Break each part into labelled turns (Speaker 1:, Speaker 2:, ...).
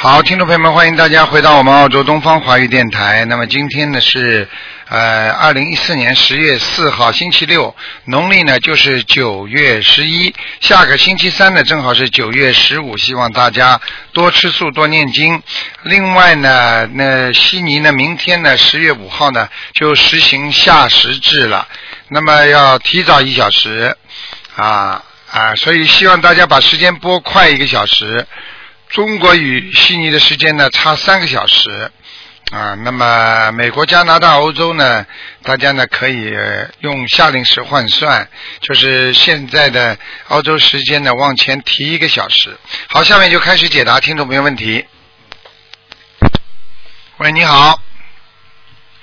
Speaker 1: 好，听众朋友们，欢迎大家回到我们澳洲东方华语电台。那么今天呢是呃二零一四年十月四号星期六，农历呢就是九月十一，下个星期三呢正好是九月十五，希望大家多吃素，多念经。另外呢，那悉尼呢明天呢十月五号呢就实行夏时制了，那么要提早一小时啊啊，所以希望大家把时间拨快一个小时。中国与悉尼的时间呢差三个小时啊，那么美国、加拿大、欧洲呢，大家呢可以呃用夏令时换算，就是现在的澳洲时间呢往前提一个小时。好，下面就开始解答听众朋友问题。喂，你好，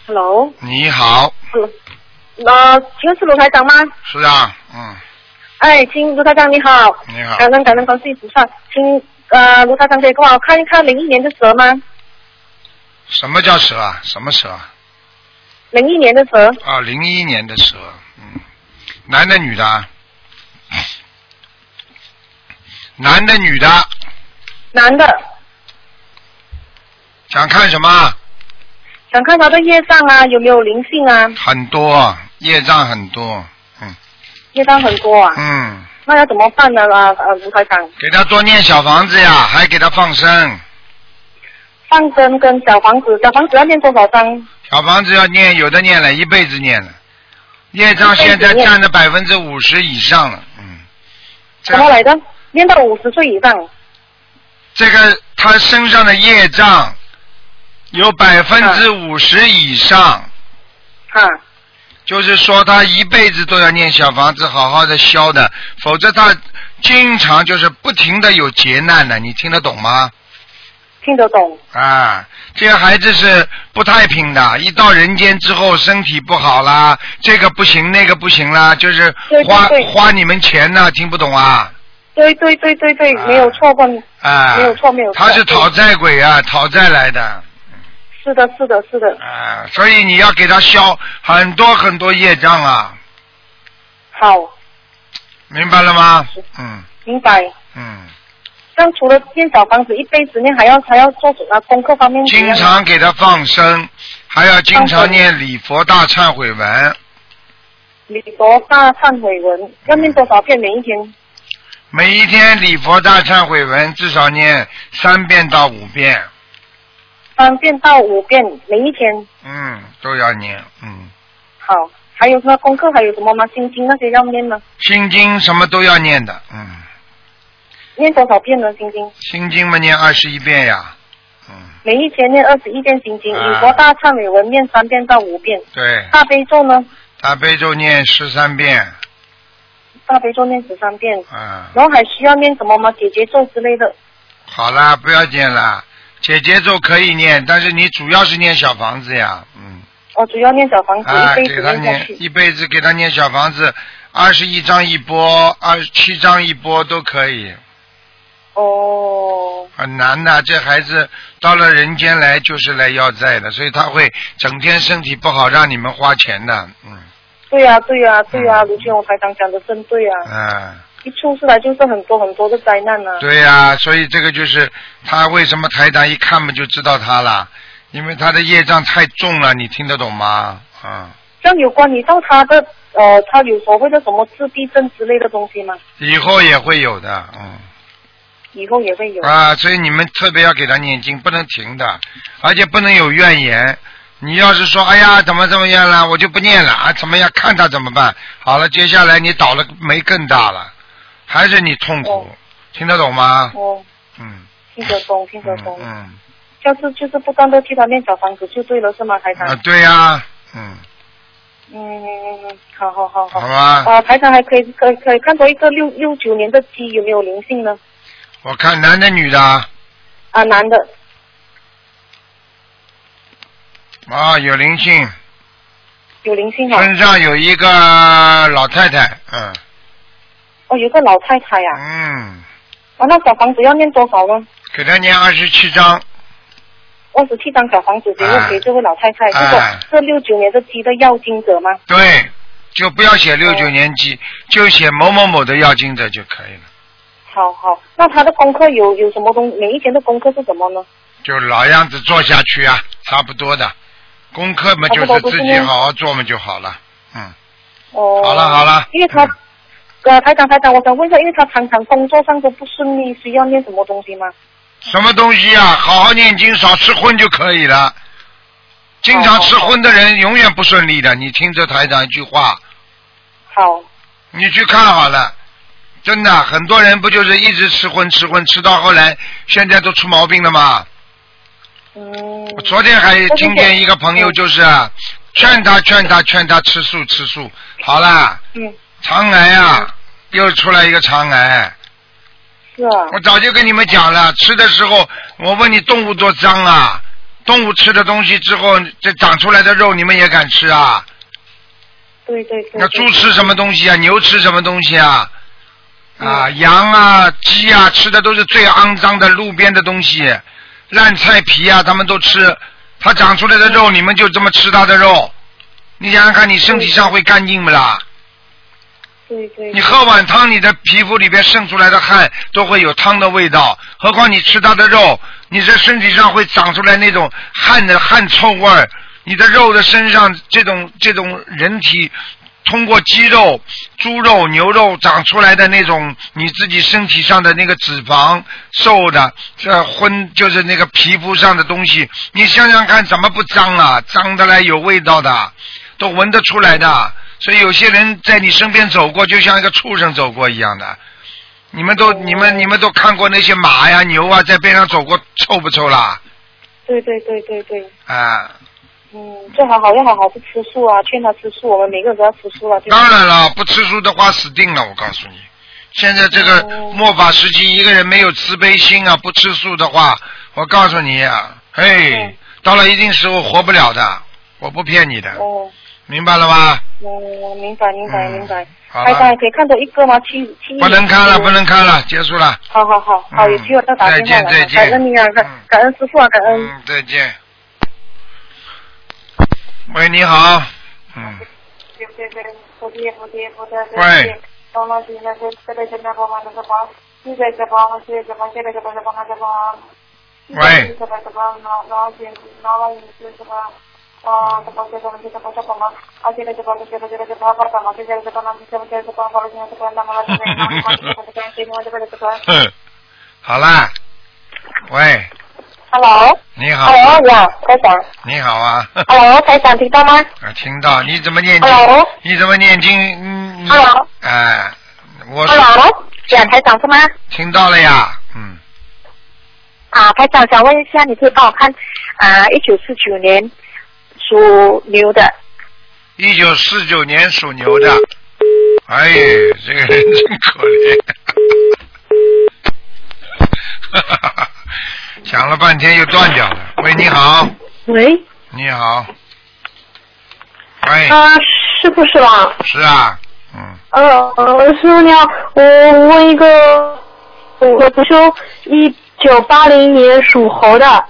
Speaker 2: Hello，
Speaker 1: 你好，
Speaker 2: 呃，请问是卢台长吗？
Speaker 1: 是啊，嗯，
Speaker 2: 哎，请卢台长你好，
Speaker 1: 你好，
Speaker 2: 感恩感恩观世音菩萨，请呃卢台长可以帮我看一看零一年的蛇吗？
Speaker 1: 什么叫蛇啊？什么蛇啊？
Speaker 2: 零一年的蛇，
Speaker 1: 啊，零一年的蛇，嗯，男的女的啊？ 男的女的，
Speaker 2: 男的，
Speaker 1: 想看什么？
Speaker 2: 想看他的业障啊，有没有灵性啊？
Speaker 1: 很多业障很多，嗯
Speaker 2: 业障很多啊，
Speaker 1: 嗯，
Speaker 2: 那要怎么办呢？啊呃，卢台长，
Speaker 1: 给他多念小房子呀，还给他放生，
Speaker 2: 放生跟小房子，小房子要念多少张？
Speaker 1: 小房子要念，有的念了一辈子念了，业障现在占了百分之五十以上了，嗯，这
Speaker 2: 什么来的？念到五十岁以上，
Speaker 1: 这个他身上的业障有百分之五十以上。
Speaker 2: 哈、
Speaker 1: 就是说他一辈子都要念小房子，好好的消的，否则他经常就是不停的有劫难的，你听得懂吗？
Speaker 2: 听得懂，
Speaker 1: 啊，这个孩子是不太平的，一到人间之后身体不好啦，这个不行那个不行啦，就是
Speaker 2: 对对
Speaker 1: 花
Speaker 2: 对
Speaker 1: 花你们钱呢，听不懂啊？
Speaker 2: 对对对对对，
Speaker 1: 啊
Speaker 2: 没有错过，
Speaker 1: 啊，
Speaker 2: 没有错没有错
Speaker 1: 他是讨债鬼啊，讨债来的
Speaker 2: 是的是的是的，
Speaker 1: 啊，所以你要给他消很多很多业障啊，
Speaker 2: 好，
Speaker 1: 明白了吗？嗯
Speaker 2: 明白。
Speaker 1: 嗯。
Speaker 2: 像除了建小房子一辈子念，还要还要做啊功课方面怎
Speaker 1: 经
Speaker 2: 样
Speaker 1: 常给他放生，还要经常念礼佛大忏悔文，
Speaker 2: 礼佛大忏悔文要念多少遍每一天？
Speaker 1: 每一天礼佛大忏悔文至少念三遍到五遍，
Speaker 2: 三遍到五遍每一天。
Speaker 1: 嗯，都要念，嗯，
Speaker 2: 好，还有什么功课还有什么吗？心经那些要念吗？
Speaker 1: 心经什么都要念的，嗯，
Speaker 2: 念多少遍呢？心经
Speaker 1: 心经嘛念二十一遍呀，嗯，
Speaker 2: 每一天念二十一遍心经，
Speaker 1: 啊
Speaker 2: 礼佛大忏悔文念三遍到五遍，
Speaker 1: 对，
Speaker 2: 大悲咒呢？
Speaker 1: 大悲咒念十三遍，
Speaker 2: 大悲咒念十三遍，
Speaker 1: 嗯，
Speaker 2: 然后还需要念什么吗？姐姐咒之类的。
Speaker 1: 好啦，不要念啦，姐姐咒可以念，但是你主要是念小房子呀，嗯。
Speaker 2: 哦，主要念小房子，
Speaker 1: 啊，
Speaker 2: 一辈
Speaker 1: 给
Speaker 2: 子
Speaker 1: 他
Speaker 2: 念下去
Speaker 1: 念。一辈子给他念小房子，二十一张一波，二十七张一波都可以，
Speaker 2: 哦，
Speaker 1: 很难的。这孩子到了人间来就是来要债的，所以他会整天身体不好，让你们花钱的。嗯
Speaker 2: 对呀、对呀、对呀、卢俊宏台长讲的真对啊。
Speaker 1: 嗯，
Speaker 2: 一出事来就是很多很多的灾难啊。
Speaker 1: 对呀、所以这个就是他为什么台长一看嘛就知道他了，因为他的业障太重了，你听得懂吗？嗯，
Speaker 2: 像有关于到他的呃，他有所谓的什么自闭症之类的东西吗？
Speaker 1: 以后也会有的，嗯。
Speaker 2: 以后也会有。
Speaker 1: 啊，所以你们特别要给他念经，不能停的，而且不能有怨言。你要是说，哎呀，怎么怎么样了，我就不念了啊，怎么样，看他怎么办？好了，接下来你倒了霉更大了，还是你痛苦，
Speaker 2: 哦
Speaker 1: 听得懂吗？
Speaker 2: 哦，
Speaker 1: 嗯，
Speaker 2: 听得懂，听得
Speaker 1: 嗯
Speaker 2: 懂。
Speaker 1: 嗯，
Speaker 2: 就是就是不断的替他念小房子就对了，是吗，台长？
Speaker 1: 啊，对呀、嗯，
Speaker 2: 嗯，好好好
Speaker 1: 好
Speaker 2: 好。
Speaker 1: 吧，
Speaker 2: 啊，台长还可以可以可以看到一个六六九年的鸡有没有灵性呢？
Speaker 1: 我看男的女的啊
Speaker 2: 啊，男的，
Speaker 1: 啊，有灵性，
Speaker 2: 有灵性啊哈。
Speaker 1: 身上有一个老太太，嗯
Speaker 2: 哦，有个老太太呀、啊。
Speaker 1: 嗯，
Speaker 2: 那小房子要念多少呢？
Speaker 1: 给他念二十七章，
Speaker 2: 二十七张小房子给
Speaker 1: 啊
Speaker 2: 给这位老太太，这
Speaker 1: 啊
Speaker 2: 个是六九年的鸡的要经者吗？哦
Speaker 1: 对，就不要写六九年级，就写某某某的要经者就可以了。
Speaker 2: 好好，那他的功课有有什么东？每一天的功课是什么呢？
Speaker 1: 就老样子做下去啊，差不多的。功课嘛，就
Speaker 2: 差不
Speaker 1: 是
Speaker 2: 多
Speaker 1: 自
Speaker 2: 不
Speaker 1: 己
Speaker 2: 是吗
Speaker 1: 好好做嘛就好了。嗯，
Speaker 2: 哦，
Speaker 1: 好了好了
Speaker 2: 因为他
Speaker 1: 嗯，
Speaker 2: 呃，台长台长，我想问一下，因为他常常工作上都不顺利，需要念什么东西吗？
Speaker 1: 什么东西啊？好好念经，少吃荤就可以了。经常吃荤的人永远不顺利的，你听着台长一句话，
Speaker 2: 好，
Speaker 1: 你去看好了。真的，很多人不就是一直吃荤吃荤，吃到后来现在都出毛病了吗？
Speaker 2: 嗯，
Speaker 1: 我昨天还
Speaker 2: 但是
Speaker 1: 听见一个朋友就是啊劝他劝他劝他吃素吃素，好啦，
Speaker 2: 嗯，
Speaker 1: 肠癌啊，又出来一个肠癌。
Speaker 2: 是啊，
Speaker 1: 我早就跟你们讲了，吃的时候我问你动物多脏啊，动物吃的东西之后，这长出来的肉你们也敢吃啊？
Speaker 2: 对对对。
Speaker 1: 那
Speaker 2: 对
Speaker 1: 猪吃什么东西啊？牛吃什么东西啊？啊，
Speaker 2: 嗯
Speaker 1: 羊啊，鸡啊，吃的都是最肮脏的路边的东西，烂菜皮啊，他们都吃。它长出来的
Speaker 2: 嗯
Speaker 1: 肉，你们就这么吃它的肉，你想想看，你身体上会干净不啦？
Speaker 2: 对对。对
Speaker 1: 你喝碗汤，你的皮肤里边渗出来的汗都会有汤的味道，何况你吃它的肉，你这身体上会长出来那种汗的汗臭味儿，你的肉的身上这种这种人体。通过鸡肉、猪肉、牛肉长出来的那种你自己身体上的那个脂肪、瘦的、这荤就是那个皮肤上的东西，你想想看，怎么不脏啊？脏的来有味道的，都闻得出来的。所以有些人在你身边走过，就像一个畜生走过一样的。你们
Speaker 2: 哦
Speaker 1: 都、你们、你们都看过那些马呀、牛啊，在边上走过，臭不臭啦？
Speaker 2: 对对对对对，
Speaker 1: 啊，
Speaker 2: 嗯，最好好要好好去吃素啊，劝他吃素，我们每个人都要吃素啊了。对吧
Speaker 1: 当然了，不吃素的话死定了，我告诉你。现在这个
Speaker 2: 哦
Speaker 1: 末法时期，一个人没有慈悲心啊，不吃素的话，我告诉你啊，哎
Speaker 2: 嗯，
Speaker 1: 到了一定时候活不了的，我不骗你的，
Speaker 2: 哦，
Speaker 1: 明白了吧？
Speaker 2: 嗯，明白明白
Speaker 1: 嗯
Speaker 2: 明白。
Speaker 1: 好
Speaker 2: 台长
Speaker 1: 了
Speaker 2: 也，可以看多一个吗？七七。
Speaker 1: 不能看了，不。能看了，结束了。
Speaker 2: 好好好好，有机会再打
Speaker 1: 嗯
Speaker 2: 电
Speaker 1: 再见
Speaker 2: 话来吧。
Speaker 1: 再见
Speaker 2: 感恩你啊，感
Speaker 1: 嗯
Speaker 2: 感恩师傅啊，感恩。
Speaker 1: 嗯，再见。喂，你好。嗯。喂，喂，嗯，好啦。喂，
Speaker 2: Hello，
Speaker 1: 你好，
Speaker 2: Hello，呀，台长
Speaker 1: 你好啊，
Speaker 2: ，Hello，台长听到吗
Speaker 1: 啊听到？你怎么念经？
Speaker 2: ？Hello，Hello，
Speaker 1: 你怎么念经？嗯，你
Speaker 2: Hello
Speaker 1: 哎，我
Speaker 2: 呀，台长是吗？
Speaker 1: 听到了呀，嗯，
Speaker 2: 啊，台长想问一下，你可以帮我看啊，一九四九年属牛的，
Speaker 1: 一九四九年属牛的，哎，这个人真可怜， 想了半天又断掉了。喂，你好，
Speaker 3: 喂，
Speaker 1: 你好，喂，
Speaker 3: 啊，是不是啦？
Speaker 1: 是啊，嗯，
Speaker 3: 呃，呃师傅你好，我问一个，我不修一九八零年属猴的，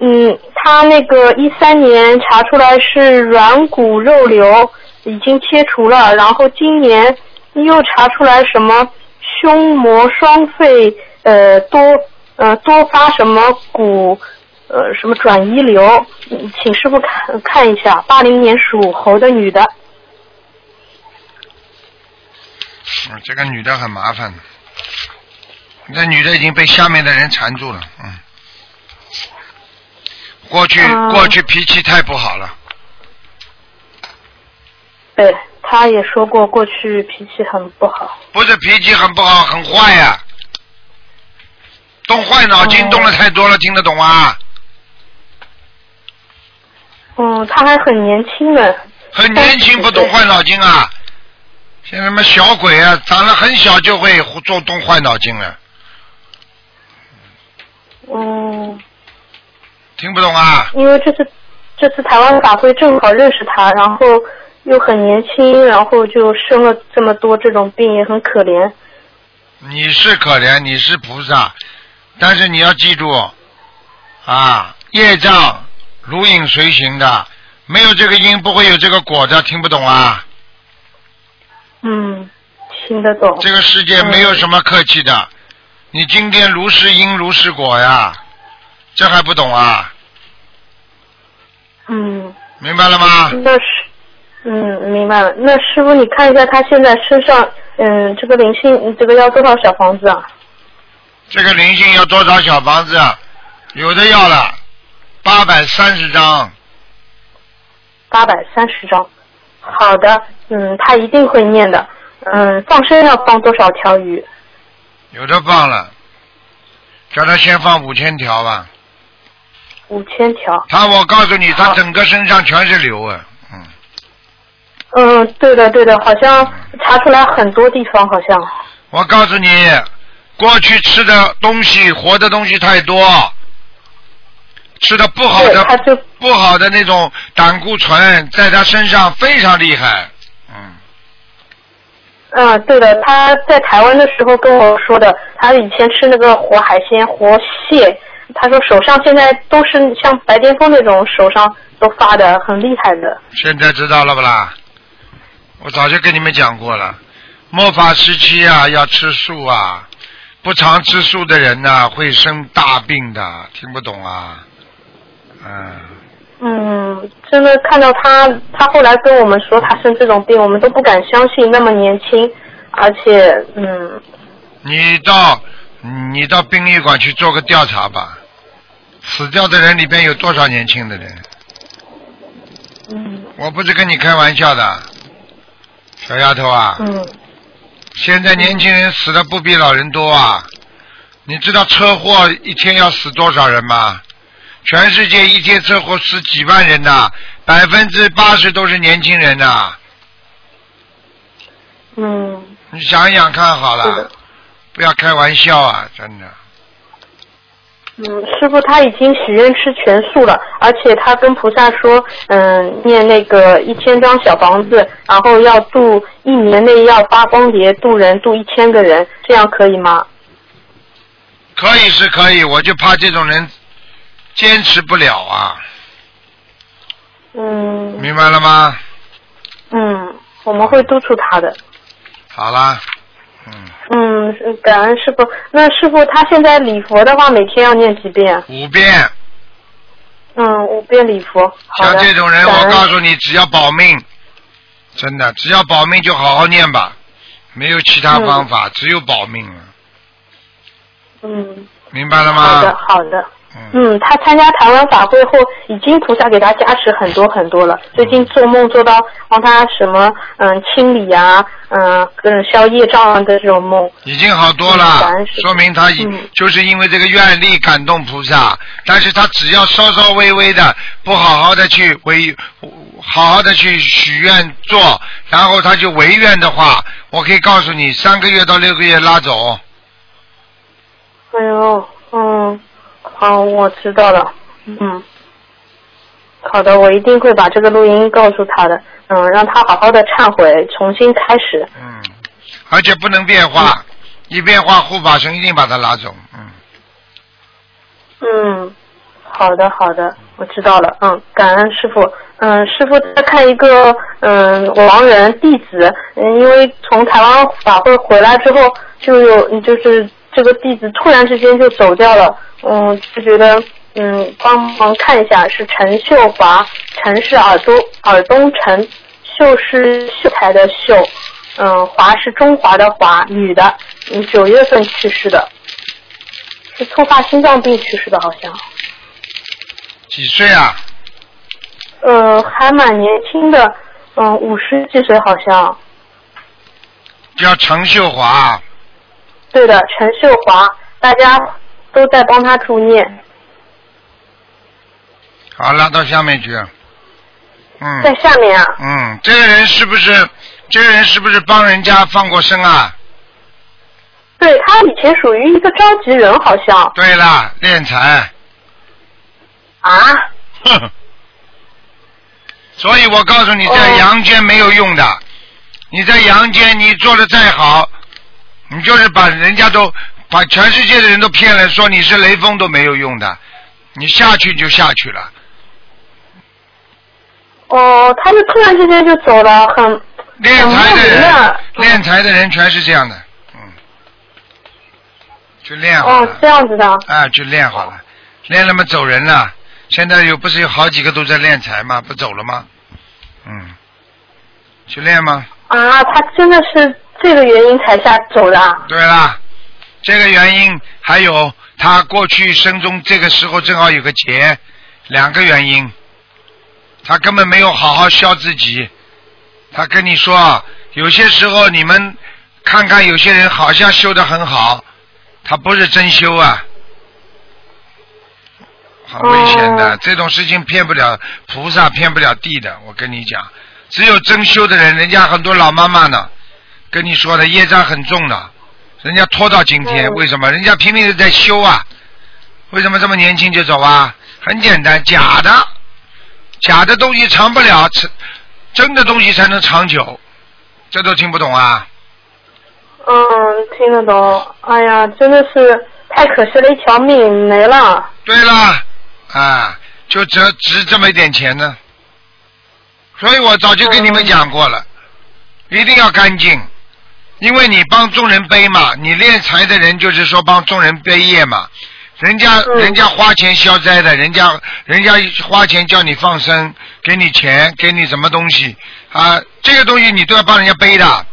Speaker 3: 嗯，他那个一三年查出来是软骨肉瘤，已经切除了，然后今年又查出来什么胸膜双肺呃多呃多发什么骨呃什么转移瘤，嗯请师傅看看一下，八零年属猴的女的。
Speaker 1: 嗯这个女的很麻烦的，这女的已经被下面的人缠住了，嗯，过去、
Speaker 3: 哦
Speaker 1: 过去脾气太不好了，
Speaker 3: 对，他也说过过去脾气很不好。
Speaker 1: 不是脾气很不好，很坏呀、动坏脑筋，
Speaker 3: 哦
Speaker 1: 动的太多了，听得懂啊？
Speaker 3: 嗯，他还很年轻呢。
Speaker 1: 很年轻不动坏脑筋啊，像什么小鬼啊，长得很小就会胡做动坏脑筋了，
Speaker 3: 嗯，
Speaker 1: 听不懂啊？
Speaker 3: 因为这次这次台湾法会正好认识他，然后又很年轻，然后就生了这么多这种病，也很可怜。
Speaker 1: 你是可怜，你是菩萨，但是你要记住，啊，业障如影随形的，没有这个因不会有这个果的，听不懂啊？
Speaker 3: 嗯，听得懂。
Speaker 1: 这个世界没有什么客气的，你今天如是因如是果呀，这还不懂啊？
Speaker 3: 嗯，
Speaker 1: 明白了吗？
Speaker 3: 那是，嗯，明白了。那师傅，你看一下他现在身上，嗯，这个灵性，这个要多少小房子啊？
Speaker 1: 这个灵性要多少小房子？啊？有的要了，八百三十张。
Speaker 3: 八百三十张。好的，嗯，他一定会念的。嗯，放生要放多少条鱼？
Speaker 1: 有的放了，叫他先放五千条吧。
Speaker 3: 五千条。
Speaker 1: 他，我告诉你，他
Speaker 3: 好
Speaker 1: 整个身上全是瘤啊，嗯，
Speaker 3: 嗯，对的，对的，好像查出来很多地方，好像。
Speaker 1: 我告诉你，过去吃的东西、活的东西太多，吃的不好
Speaker 3: 对，他
Speaker 1: 的
Speaker 3: 就
Speaker 1: 不好的那种胆固醇，在他身上非常厉害，嗯，
Speaker 3: 嗯，对的，他在台湾的时候跟我说的，他以前吃那个活海鲜、活蟹，他说手上现在都是像白癜风那种，手上都发的，很厉害的。
Speaker 1: 现在知道了不啦？我早就跟你们讲过了，末法时期啊，要吃素啊，不常吃素的人呐、会生大病的，听不懂啊？嗯，
Speaker 3: 嗯，真的看到他，他后来跟我们说他生这种病，我们都不敢相信，那么年轻，而且嗯，
Speaker 1: 你到你到殡仪馆去做个调查吧，死掉的人里边有多少年轻的人？
Speaker 3: 嗯
Speaker 1: 我不是跟你开玩笑的，小丫头啊，
Speaker 3: 嗯，
Speaker 1: 现在年轻人死的不比老人多啊！你知道车祸一天要死多少人吗？全世界一天车祸死几万人呐、百分之八十都是年轻人呐、
Speaker 3: 嗯，
Speaker 1: 你想一想看好
Speaker 3: 是的
Speaker 1: 了，，不要开玩笑啊！真的，
Speaker 3: 嗯，师傅他已经许愿吃全素了，而且他跟菩萨说，嗯，念那个一千张小房子，然后要度一年内要发光碟度人度一千个人，这样可以吗？
Speaker 1: 可以是可以，我就怕这种人坚持不了啊！
Speaker 3: 嗯
Speaker 1: 明白了吗？
Speaker 3: 嗯，我们会督促他的。
Speaker 1: 好啦，嗯，
Speaker 3: 嗯，是感恩师傅。那师傅他现在礼佛的话，每天要念几遍？啊
Speaker 1: 五遍。
Speaker 3: 嗯，五遍礼佛。好
Speaker 1: 像
Speaker 3: 的。
Speaker 1: 这种人，
Speaker 3: 感
Speaker 1: 我
Speaker 3: 恩
Speaker 1: 告诉你，只要保命，真的，只要保命就好好念吧，没有其他方法，只有保命了，
Speaker 3: 嗯，
Speaker 1: 明白了
Speaker 3: 好的，
Speaker 1: 吗？
Speaker 3: 好的。
Speaker 1: 嗯，
Speaker 3: 嗯，他参加台湾法会后，已经菩萨给他加持很多很多了。最近做梦做到帮他什么嗯清理啊，嗯嗯消业障啊的这种梦。
Speaker 1: 已经好多
Speaker 3: 嗯
Speaker 1: 了
Speaker 3: 感恩，师父
Speaker 1: 说明他已
Speaker 3: 嗯
Speaker 1: 就是因为这个愿力感动菩萨，但是他只要稍稍微微的不好好的去违，好好的去许愿做，然后他就违愿的话，我可以告诉你，三个月到六个月拉走，
Speaker 3: 哎呦，嗯，好，我知道了。嗯，好的，我一定会把这个录音告诉他的。嗯，让他好好的忏悔，重新开始。
Speaker 1: 嗯，而且不能变化，一变化护法神一定把他拉走，嗯。
Speaker 3: 嗯，好的好的，我知道了。嗯，感恩师傅。嗯，师傅再看一个嗯亡人弟子，嗯，因为从台湾法会回来之后，就有就是这个弟子突然之间就走掉了，嗯，就觉得嗯帮忙看一下是陈秀华，陈是耳朵耳东陈，秀是秀才的秀，嗯，华是中华的华，女的，嗯，九月份去世的。是突发心脏病去世的，好像。
Speaker 1: 几岁啊？
Speaker 3: 呃，还蛮年轻的，嗯、五十几岁好像。
Speaker 1: 叫陈秀华，
Speaker 3: 对的，陈秀华，大家都在帮他助念，
Speaker 1: 好，拉到下面去。
Speaker 3: 在
Speaker 1: 嗯
Speaker 3: 下面啊。
Speaker 1: 嗯，这个人是不是这个人是不是帮人家放过生啊？
Speaker 3: 对他以前属于一个召集人，好像
Speaker 1: 对啦，敛财，
Speaker 3: 啊。
Speaker 1: 哼。 所以我告诉你，在
Speaker 3: 哦
Speaker 1: 阳间没有用的。你在阳间，你做的再好，你就是把人家都把全世界的人都骗了，说你是雷锋都没有用的。你下去就下去了，
Speaker 3: 哦，他就突然之间就走了，很
Speaker 1: 练财的
Speaker 3: 我明白
Speaker 1: 人
Speaker 3: 了，
Speaker 1: 练财的人全是这样的，嗯，就练好
Speaker 3: 哦
Speaker 1: 了，，
Speaker 3: 这样子的。
Speaker 1: 啊，就练好了，练了嘛走人了。现在有不是有好几个都在练财吗？不走了吗？嗯，去练吗？
Speaker 3: 啊，他真的是这个原因才下走的啊。
Speaker 1: 对啦，这个原因还有他过去生中这个时候正好有个劫，两个原因，他根本没有好好消自己。他跟你说啊，有些时候你们看看有些人好像修得很好，他不是真修啊，很危险的。
Speaker 3: 哦
Speaker 1: 这种事情骗不了菩萨，骗不了地的。我跟你讲，只有真修的人，人家很多老妈妈呢，跟你说的业障很重的，人家拖到今天，
Speaker 3: 嗯
Speaker 1: 为什么？人家拼命的在修啊，为什么这么年轻就走啊？很简单，假的，假的东西长不了，真真的东西才能长久，这都听不懂啊？
Speaker 3: 嗯，听得懂。哎呀，真的是太可惜了，一条命没了。
Speaker 1: 对啦，啊，就只值这么一点钱呢。所以我早就跟你们讲过了，一定要干净，因为你帮众人背嘛，你练财的人就是说帮众人背业嘛。人家
Speaker 3: 嗯
Speaker 1: 人家花钱消灾的，人家人家花钱叫你放生，给你钱，给你什么东西啊？这个东西你都要帮人家背的，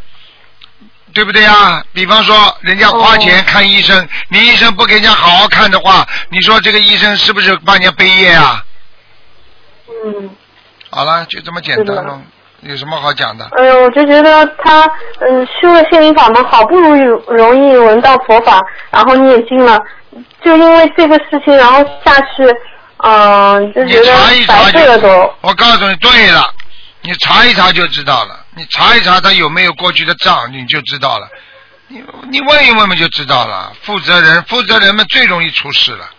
Speaker 1: 对不对啊？比方说，人家花钱
Speaker 3: 哦
Speaker 1: 看医生，你医生不给人家好好看的话，你说这个医生是不是帮人家背业啊？
Speaker 3: 嗯，
Speaker 1: 好了，就这么简单
Speaker 3: 是
Speaker 1: 了
Speaker 3: 的，
Speaker 1: 有什么好讲的？
Speaker 3: 哎呀，我就觉得他，嗯，修了心灵法门，好不容易容易闻到佛法，然后念经了，就因为这个事情，然后下去，嗯、就
Speaker 1: 你
Speaker 3: 觉得
Speaker 1: 查一查
Speaker 3: 白
Speaker 1: 就
Speaker 3: 费了都。
Speaker 1: 我告诉你，对了，你查一查就知道了。你查一查他有没有过去的账，你就知道了。你你问一问嘛就知道了。负责人，负责人们最容易出事 了。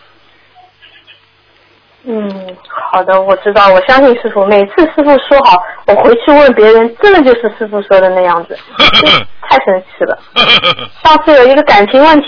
Speaker 3: 嗯，好的，我知道，我相信师傅。每次师傅说好，我回去问别人，真的就是师傅说的那样 子，真是太神奇了。上次有一个感情问题，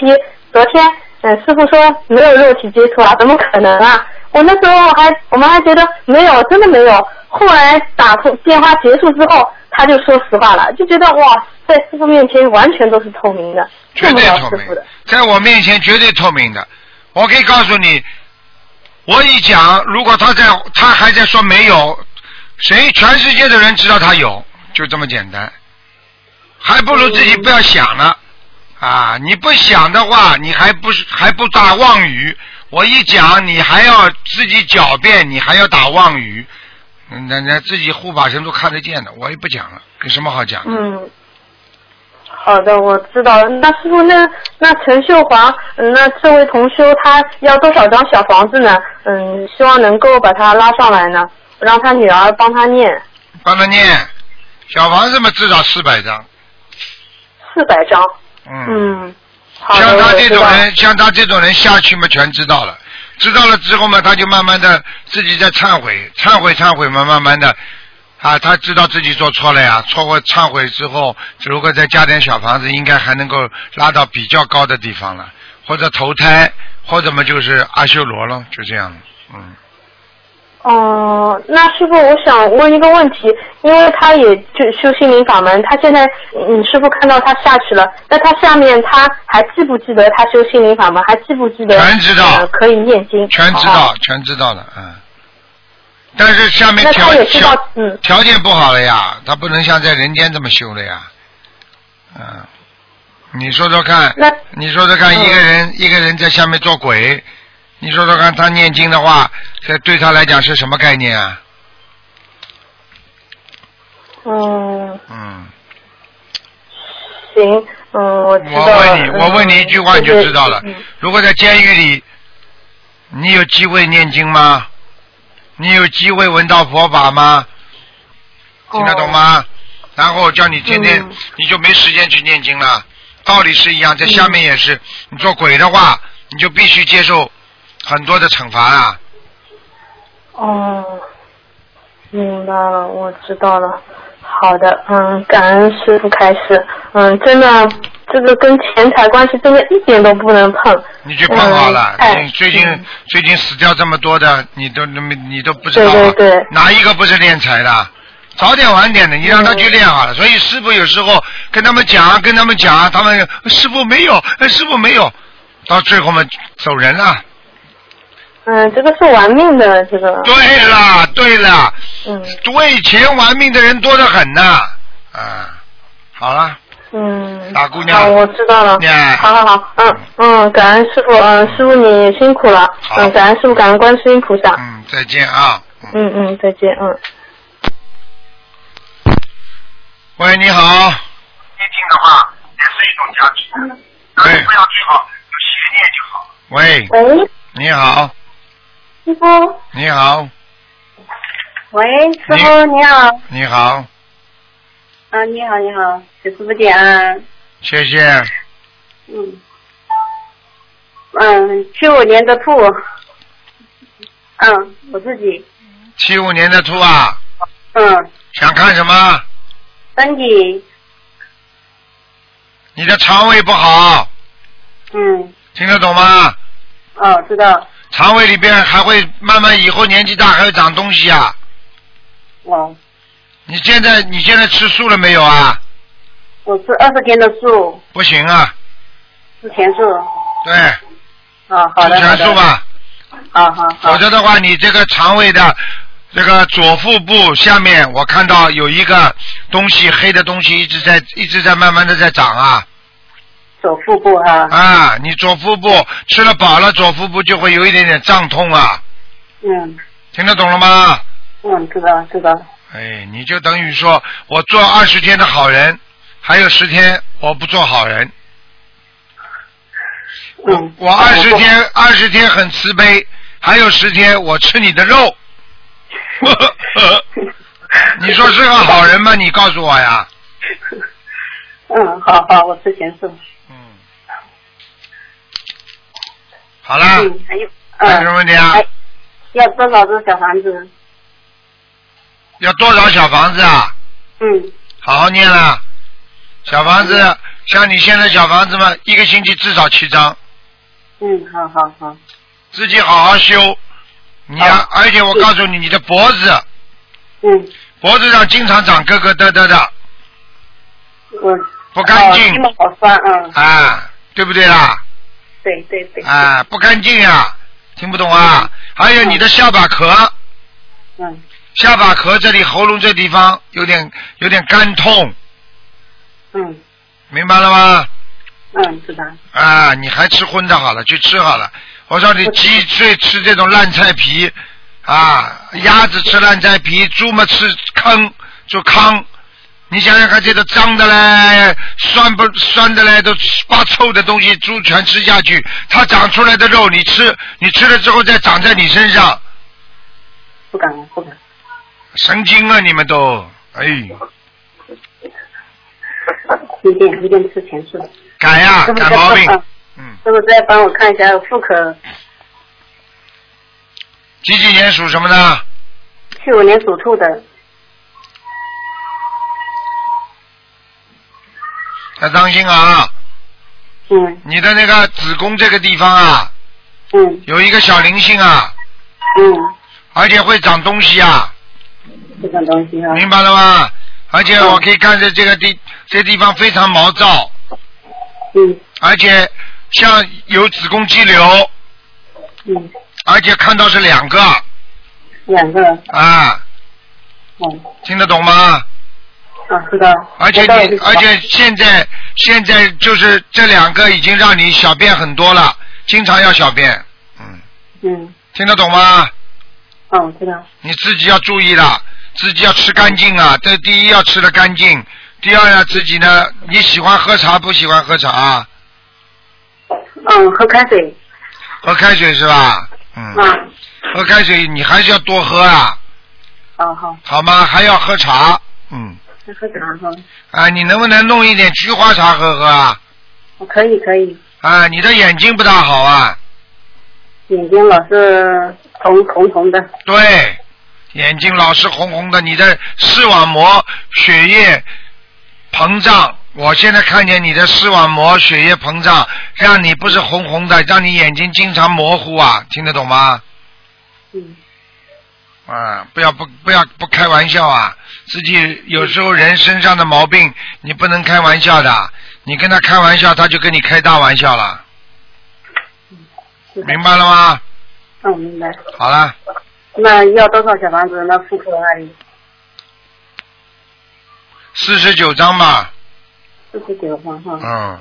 Speaker 3: 昨天嗯，师傅说没有肉体接触啊，怎么可能啊？我那时候我还我们还觉得没有，真的没有。后来打通电话结束之后，他就说实话了，就觉得哇，在师傅面前完全都是透明的，
Speaker 1: 绝
Speaker 3: 骗不
Speaker 1: 对
Speaker 3: 了
Speaker 1: 透
Speaker 3: 师
Speaker 1: 明
Speaker 3: 傅的。，
Speaker 1: 在我面前绝对透明的。我可以告诉你，我一讲，如果他在他还在说没有，谁全世界的人知道他有，就这么简单。还不如自
Speaker 3: 哦
Speaker 1: 己不要想了、啊！你不想的话，你还不是还不打妄语。我一讲，你还要自己狡辩，你还要打妄语，嗯人家自己护法神都看得见的，我也不讲了，有什么好讲的？
Speaker 3: 嗯，好的，我知道了。那师傅，那那陈秀华，嗯那这位同修他要多少张小房子呢？嗯，希望能够把他拉上来呢，让他女儿帮他念
Speaker 1: 帮他念小房子嘛，至少四百张。
Speaker 3: 四百张。
Speaker 1: 嗯，
Speaker 3: 嗯，好的，
Speaker 1: 像他这种
Speaker 3: 我知道
Speaker 1: 人，像他这种人下去嘛，全知道了。知道了之后嘛，他就慢慢的自己在忏悔，忏悔忏悔嘛，慢慢的啊，他知道自己做错了呀，错过忏悔之后，如果再加点小房子，应该还能够拉到比较高的地方了，或者投胎，或者嘛就是阿修罗了，就这样了。嗯，
Speaker 3: 哦、那师傅，我想问一个问题，因为他也就修心灵法门，他现在，嗯，师傅看到他下去了，那他下面他还记不记得他修心灵法门，还记不记得？
Speaker 1: 全知道
Speaker 3: 呃可以念经。
Speaker 1: 全知
Speaker 3: 好
Speaker 1: 道，全知道了，嗯。但是下面
Speaker 3: 那
Speaker 1: 条
Speaker 3: 他也知
Speaker 1: 条
Speaker 3: 道，嗯，
Speaker 1: 条件不好了呀，他不能像在人间这么修了呀。嗯、你说说看，
Speaker 3: 那
Speaker 1: 你说说看，
Speaker 3: 嗯
Speaker 1: 一个人一个人在下面做鬼，你说说看，他念经的话，这对他来讲是什么概念啊？
Speaker 3: 嗯，
Speaker 1: 嗯，
Speaker 3: 行，嗯，我知道
Speaker 1: 我
Speaker 3: 了。
Speaker 1: 问你，
Speaker 3: 嗯
Speaker 1: 我问你一句话你就知道了
Speaker 3: 对对嗯。
Speaker 1: 如果在监狱里，你有机会念经吗？你有机会闻到佛法吗？听得懂吗？然后叫你天天、
Speaker 3: 哦嗯
Speaker 1: 你就没时间去念经了。道理是一样，在下
Speaker 3: 嗯
Speaker 1: 面也是，你做鬼的话，你就必须接受很多的惩罚啊。
Speaker 3: 哦，哦明白了，我知道了。好的，嗯，感恩师傅开始，嗯，真的，这个跟钱财关系真的一点都不能碰。
Speaker 1: 你去碰好了，
Speaker 3: 嗯哎
Speaker 1: 你最近、
Speaker 3: 嗯
Speaker 1: 最近死掉这么多的，你都你都不知道、啊
Speaker 3: 对对对
Speaker 1: 哪一个不是敛财的？早点晚点的，你让他
Speaker 3: 嗯
Speaker 1: 去练好了。所以师傅有时候跟他们讲，跟他们讲，他们师傅没有，呃师傅没有，到最后嘛走人了。
Speaker 3: 嗯，这个是玩命的，这个，
Speaker 1: 对啦，对啦，
Speaker 3: 嗯
Speaker 1: 为钱玩命的人多得很呐、啊。好了，
Speaker 3: 嗯。
Speaker 1: 大姑
Speaker 3: 好，
Speaker 1: 娘，
Speaker 3: 我知道了
Speaker 1: 你。
Speaker 3: 好好好，嗯嗯，感恩师傅，嗯，师傅你辛苦了，
Speaker 1: 好
Speaker 3: 嗯，感恩师傅，感恩观世音菩萨，
Speaker 1: 嗯，再见啊。嗯
Speaker 3: 嗯嗯，再见，嗯。
Speaker 1: 喂，你好。
Speaker 4: 接近的话，也是一种价值。
Speaker 5: 嗯
Speaker 4: 但
Speaker 1: 哎
Speaker 5: 啊
Speaker 4: 是不要最好有邪念就好。
Speaker 1: 喂，
Speaker 5: 喂，
Speaker 1: 你好，
Speaker 5: 师傅，
Speaker 1: 你好，
Speaker 5: 喂，师傅你好，
Speaker 1: 你好，
Speaker 5: 啊，你好，你好，给师傅点啊，
Speaker 1: 谢谢。
Speaker 5: 嗯，嗯，七五年的兔，嗯，我自己，
Speaker 1: 七五年的兔啊，
Speaker 5: 嗯，
Speaker 1: 想看什么？
Speaker 5: 身体，
Speaker 1: 你的肠胃不好，
Speaker 5: 嗯，
Speaker 1: 听得懂吗？
Speaker 5: 哦，知道，
Speaker 1: 肠胃里边还会慢慢以后年纪大还会长东西啊。
Speaker 5: 我
Speaker 1: 你现在你现在吃素了没有啊？
Speaker 5: 我是二十天的素，
Speaker 1: 不行啊，
Speaker 5: 是全素，
Speaker 1: 对，
Speaker 5: 啊，好
Speaker 1: 吃
Speaker 5: 的，好
Speaker 1: 全素
Speaker 5: 的，哦
Speaker 1: 吧，
Speaker 5: 好好好
Speaker 1: 否，则的话你这个肠胃的这个左腹部下面，我看到有一个东西黑的东西一直在一直在慢慢的在长啊
Speaker 5: 手腹部哈，
Speaker 1: 啊！你左腹部吃了饱了，左腹部就会有一点点胀痛啊，
Speaker 5: 嗯
Speaker 1: 听得懂了吗？
Speaker 5: 嗯，知道知道，
Speaker 1: 哎，你就等于说我做二十天的好人，还有十天我不做好人。
Speaker 5: 嗯，
Speaker 1: 我二十天，二十天很慈悲，还有十天我吃你的肉。 你说是个好人吗？你告诉我呀。
Speaker 5: 嗯，好好，我是全素，
Speaker 1: 嗯。好啦，
Speaker 5: 嗯，还有，
Speaker 1: 还有什。
Speaker 5: 嗯
Speaker 1: 么问题啊？
Speaker 5: 哎要多少只小房子？
Speaker 1: 要多少小房子啊？
Speaker 5: 嗯，
Speaker 1: 好好念啦。小房子，像你现在小房子嘛，一个星期至少七张。
Speaker 5: 嗯，好好好，
Speaker 1: 自己好好修。你啊，而且我告诉你，你的脖子
Speaker 5: 嗯，
Speaker 1: 脖子上经常长疙疙瘩瘩的，
Speaker 5: 我
Speaker 1: 不干净
Speaker 5: 哦这么好酸，嗯，
Speaker 1: 啊，对不对啦？
Speaker 5: 对对对，
Speaker 1: 啊，不干净啊，听不懂啊？还有你的下巴壳，啊
Speaker 5: 嗯
Speaker 1: 下巴壳这里喉咙这地方有点有点干痛，
Speaker 5: 嗯
Speaker 1: 明白了吗？
Speaker 5: 嗯，知道，
Speaker 1: 啊，你还吃荤的好了，去吃好了。我说你鸡最吃这种烂菜皮，啊，鸭子吃烂菜皮，猪嘛吃糠，就糠。你想想看，这个脏的嘞，酸不酸的嘞，都发臭的东西，猪全吃下去，它长出来的肉你吃，你吃了之后再长在你身上，
Speaker 5: 不敢了，不敢，
Speaker 1: 神经啊！你们都，哎，
Speaker 5: 一定一定吃全素。
Speaker 1: 改呀、
Speaker 5: 师傅
Speaker 1: 改
Speaker 5: 再
Speaker 1: 啊毛
Speaker 5: 帮，
Speaker 1: 病
Speaker 5: 嗯，
Speaker 1: 嗯，
Speaker 5: 师傅再帮我看一下妇科，
Speaker 1: 几几年属什么的？
Speaker 5: 七五年属兔的，
Speaker 1: 要当心啊！
Speaker 5: 嗯
Speaker 1: 你的那个子宫这个地方啊，
Speaker 5: 嗯
Speaker 1: 有一个小灵性啊，
Speaker 5: 嗯，
Speaker 1: 而且会长东西啊，
Speaker 5: 这种东西啊哈，
Speaker 1: 明白了吗？而且我可以看着这个地这地方非常毛躁，
Speaker 5: 嗯
Speaker 1: 而且像有子宫肌瘤，
Speaker 5: 嗯，
Speaker 1: 而且看到是两个
Speaker 5: 两个，
Speaker 1: 啊，
Speaker 5: 嗯，
Speaker 1: 听得懂吗？
Speaker 5: 啊，知道，
Speaker 1: 而且
Speaker 5: 我到底
Speaker 1: 你
Speaker 5: 是
Speaker 1: 而且现在现在就是这两个已经让你小便很多了，经常要小便，嗯，
Speaker 5: 嗯，
Speaker 1: 听得懂吗？
Speaker 5: 哦，我知道，
Speaker 1: 你自己要注意了，自己要吃干净啊。这第一要吃的干净，第二要自己呢，你喜欢喝茶不喜欢喝茶？
Speaker 5: 嗯，喝开水，
Speaker 1: 喝开水是吧？嗯，
Speaker 5: 啊，
Speaker 1: 喝开水你还是要多喝啊，
Speaker 5: 好哦好，
Speaker 1: 好吗？还要喝茶，嗯，
Speaker 5: 那喝茶哈，
Speaker 1: 啊，你能不能弄一点菊花茶喝喝啊？
Speaker 5: 我可以可以。
Speaker 1: 啊，你的眼睛不大好啊，
Speaker 5: 眼睛老是红红红的，
Speaker 1: 对，眼睛老是红红的，你的视网膜血液膨胀。我现在看见你的视网膜血液膨胀，让你不是红红的，让你眼睛经常模糊啊，听得懂吗？
Speaker 5: 嗯，
Speaker 1: 啊，不要不不要不开玩笑啊！自己有时候人身上的毛病，你不能开玩笑的。你跟他开玩笑，他就跟你开大玩笑了，
Speaker 5: 是的
Speaker 1: 明白了吗？
Speaker 5: 嗯，明白。
Speaker 1: 好了，
Speaker 5: 那要多少小房子？那付出的阿姨
Speaker 1: 四十九章吧。
Speaker 5: 四十九方哈，
Speaker 1: 嗯，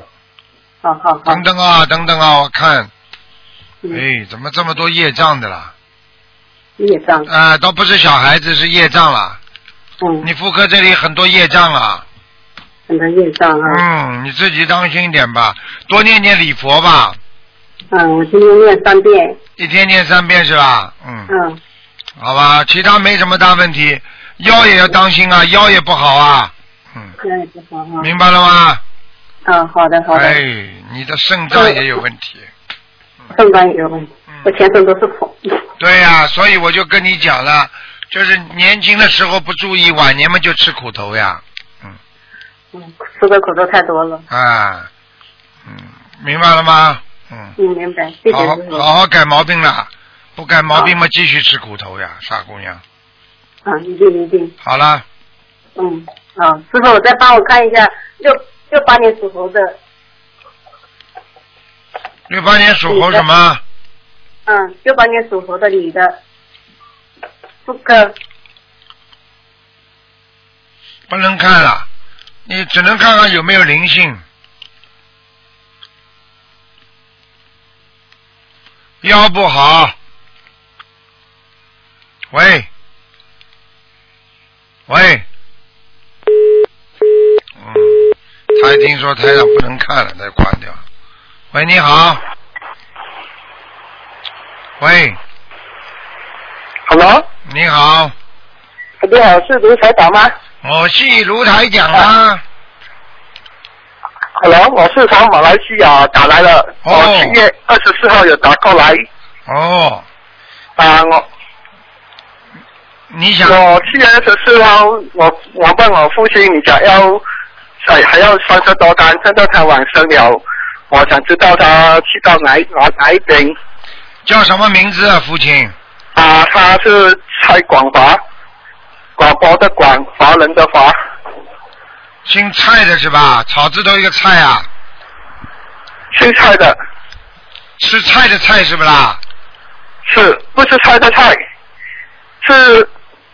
Speaker 5: 好好好，
Speaker 1: 等等啊，等等啊，我看，
Speaker 5: 嗯，
Speaker 1: 哎，怎么这么多业障的啦？
Speaker 5: 业障，
Speaker 1: 啊、都不是小孩子，是业障了。
Speaker 5: 嗯，
Speaker 1: 你妇科这里很多业障了。
Speaker 5: 很多业障啊，
Speaker 1: 嗯，你自己当心一点吧，多念念礼佛吧，
Speaker 5: 嗯，我今天念三遍，
Speaker 1: 一天念三遍是吧？嗯，
Speaker 5: 嗯，
Speaker 1: 好吧，其他没什么大问题，腰也要当心啊，腰也不好啊。嗯，
Speaker 5: 这样也不好哈，
Speaker 1: 明白了吗？
Speaker 5: 嗯，好啊的好的，
Speaker 1: 哎，你的肾脏也有问题。
Speaker 5: 肾脏也有问题，我
Speaker 1: 嗯，
Speaker 5: 全身都是痛，
Speaker 1: 对呀、所以我就跟你讲了，就是年轻的时候不注意，晚年嘛就吃苦头呀。
Speaker 5: 嗯，吃的苦头太多了，
Speaker 1: 啊，嗯，明白了吗？嗯，
Speaker 5: 嗯，明白，谢
Speaker 1: 好
Speaker 5: 谢
Speaker 1: 好
Speaker 5: 师傅，
Speaker 1: 好好改毛病了，不改毛病嘛继续吃苦头呀，傻姑娘。
Speaker 5: 啊，一定一定，
Speaker 1: 好了，
Speaker 5: 嗯，啊，师傅，我再帮我看一下六六八年属猴的，
Speaker 1: 六八年属猴什么？
Speaker 5: 嗯，六八年属猴的女的，妇科，
Speaker 1: 不能看了，你只能看看有没有灵性。腰不好。喂，喂，嗯，他一听说台长不能看了，他就挂掉。喂，你好。喂，
Speaker 6: Hello，
Speaker 1: 你好，
Speaker 6: 你好，是卢台长吗
Speaker 1: 我是卢台长啊。
Speaker 6: ？Hello，我是从马来西亚打来的，
Speaker 1: 哦
Speaker 6: 我七月二十四号有打过来
Speaker 1: 哦，
Speaker 6: 啊，我
Speaker 1: 你想
Speaker 6: 我七月二十四号，我我问我父亲，你想要还还要三十多单，现在他往生了，我想知道他去到哪哪哪一边
Speaker 1: 叫什么名字啊，父亲？
Speaker 6: 啊？他是蔡广华，广播的广，华人的华，
Speaker 1: 姓蔡的是吧？草字头一个蔡啊，
Speaker 6: 姓蔡的，
Speaker 1: 吃菜的菜是不啦？
Speaker 6: 是不是菜的菜？是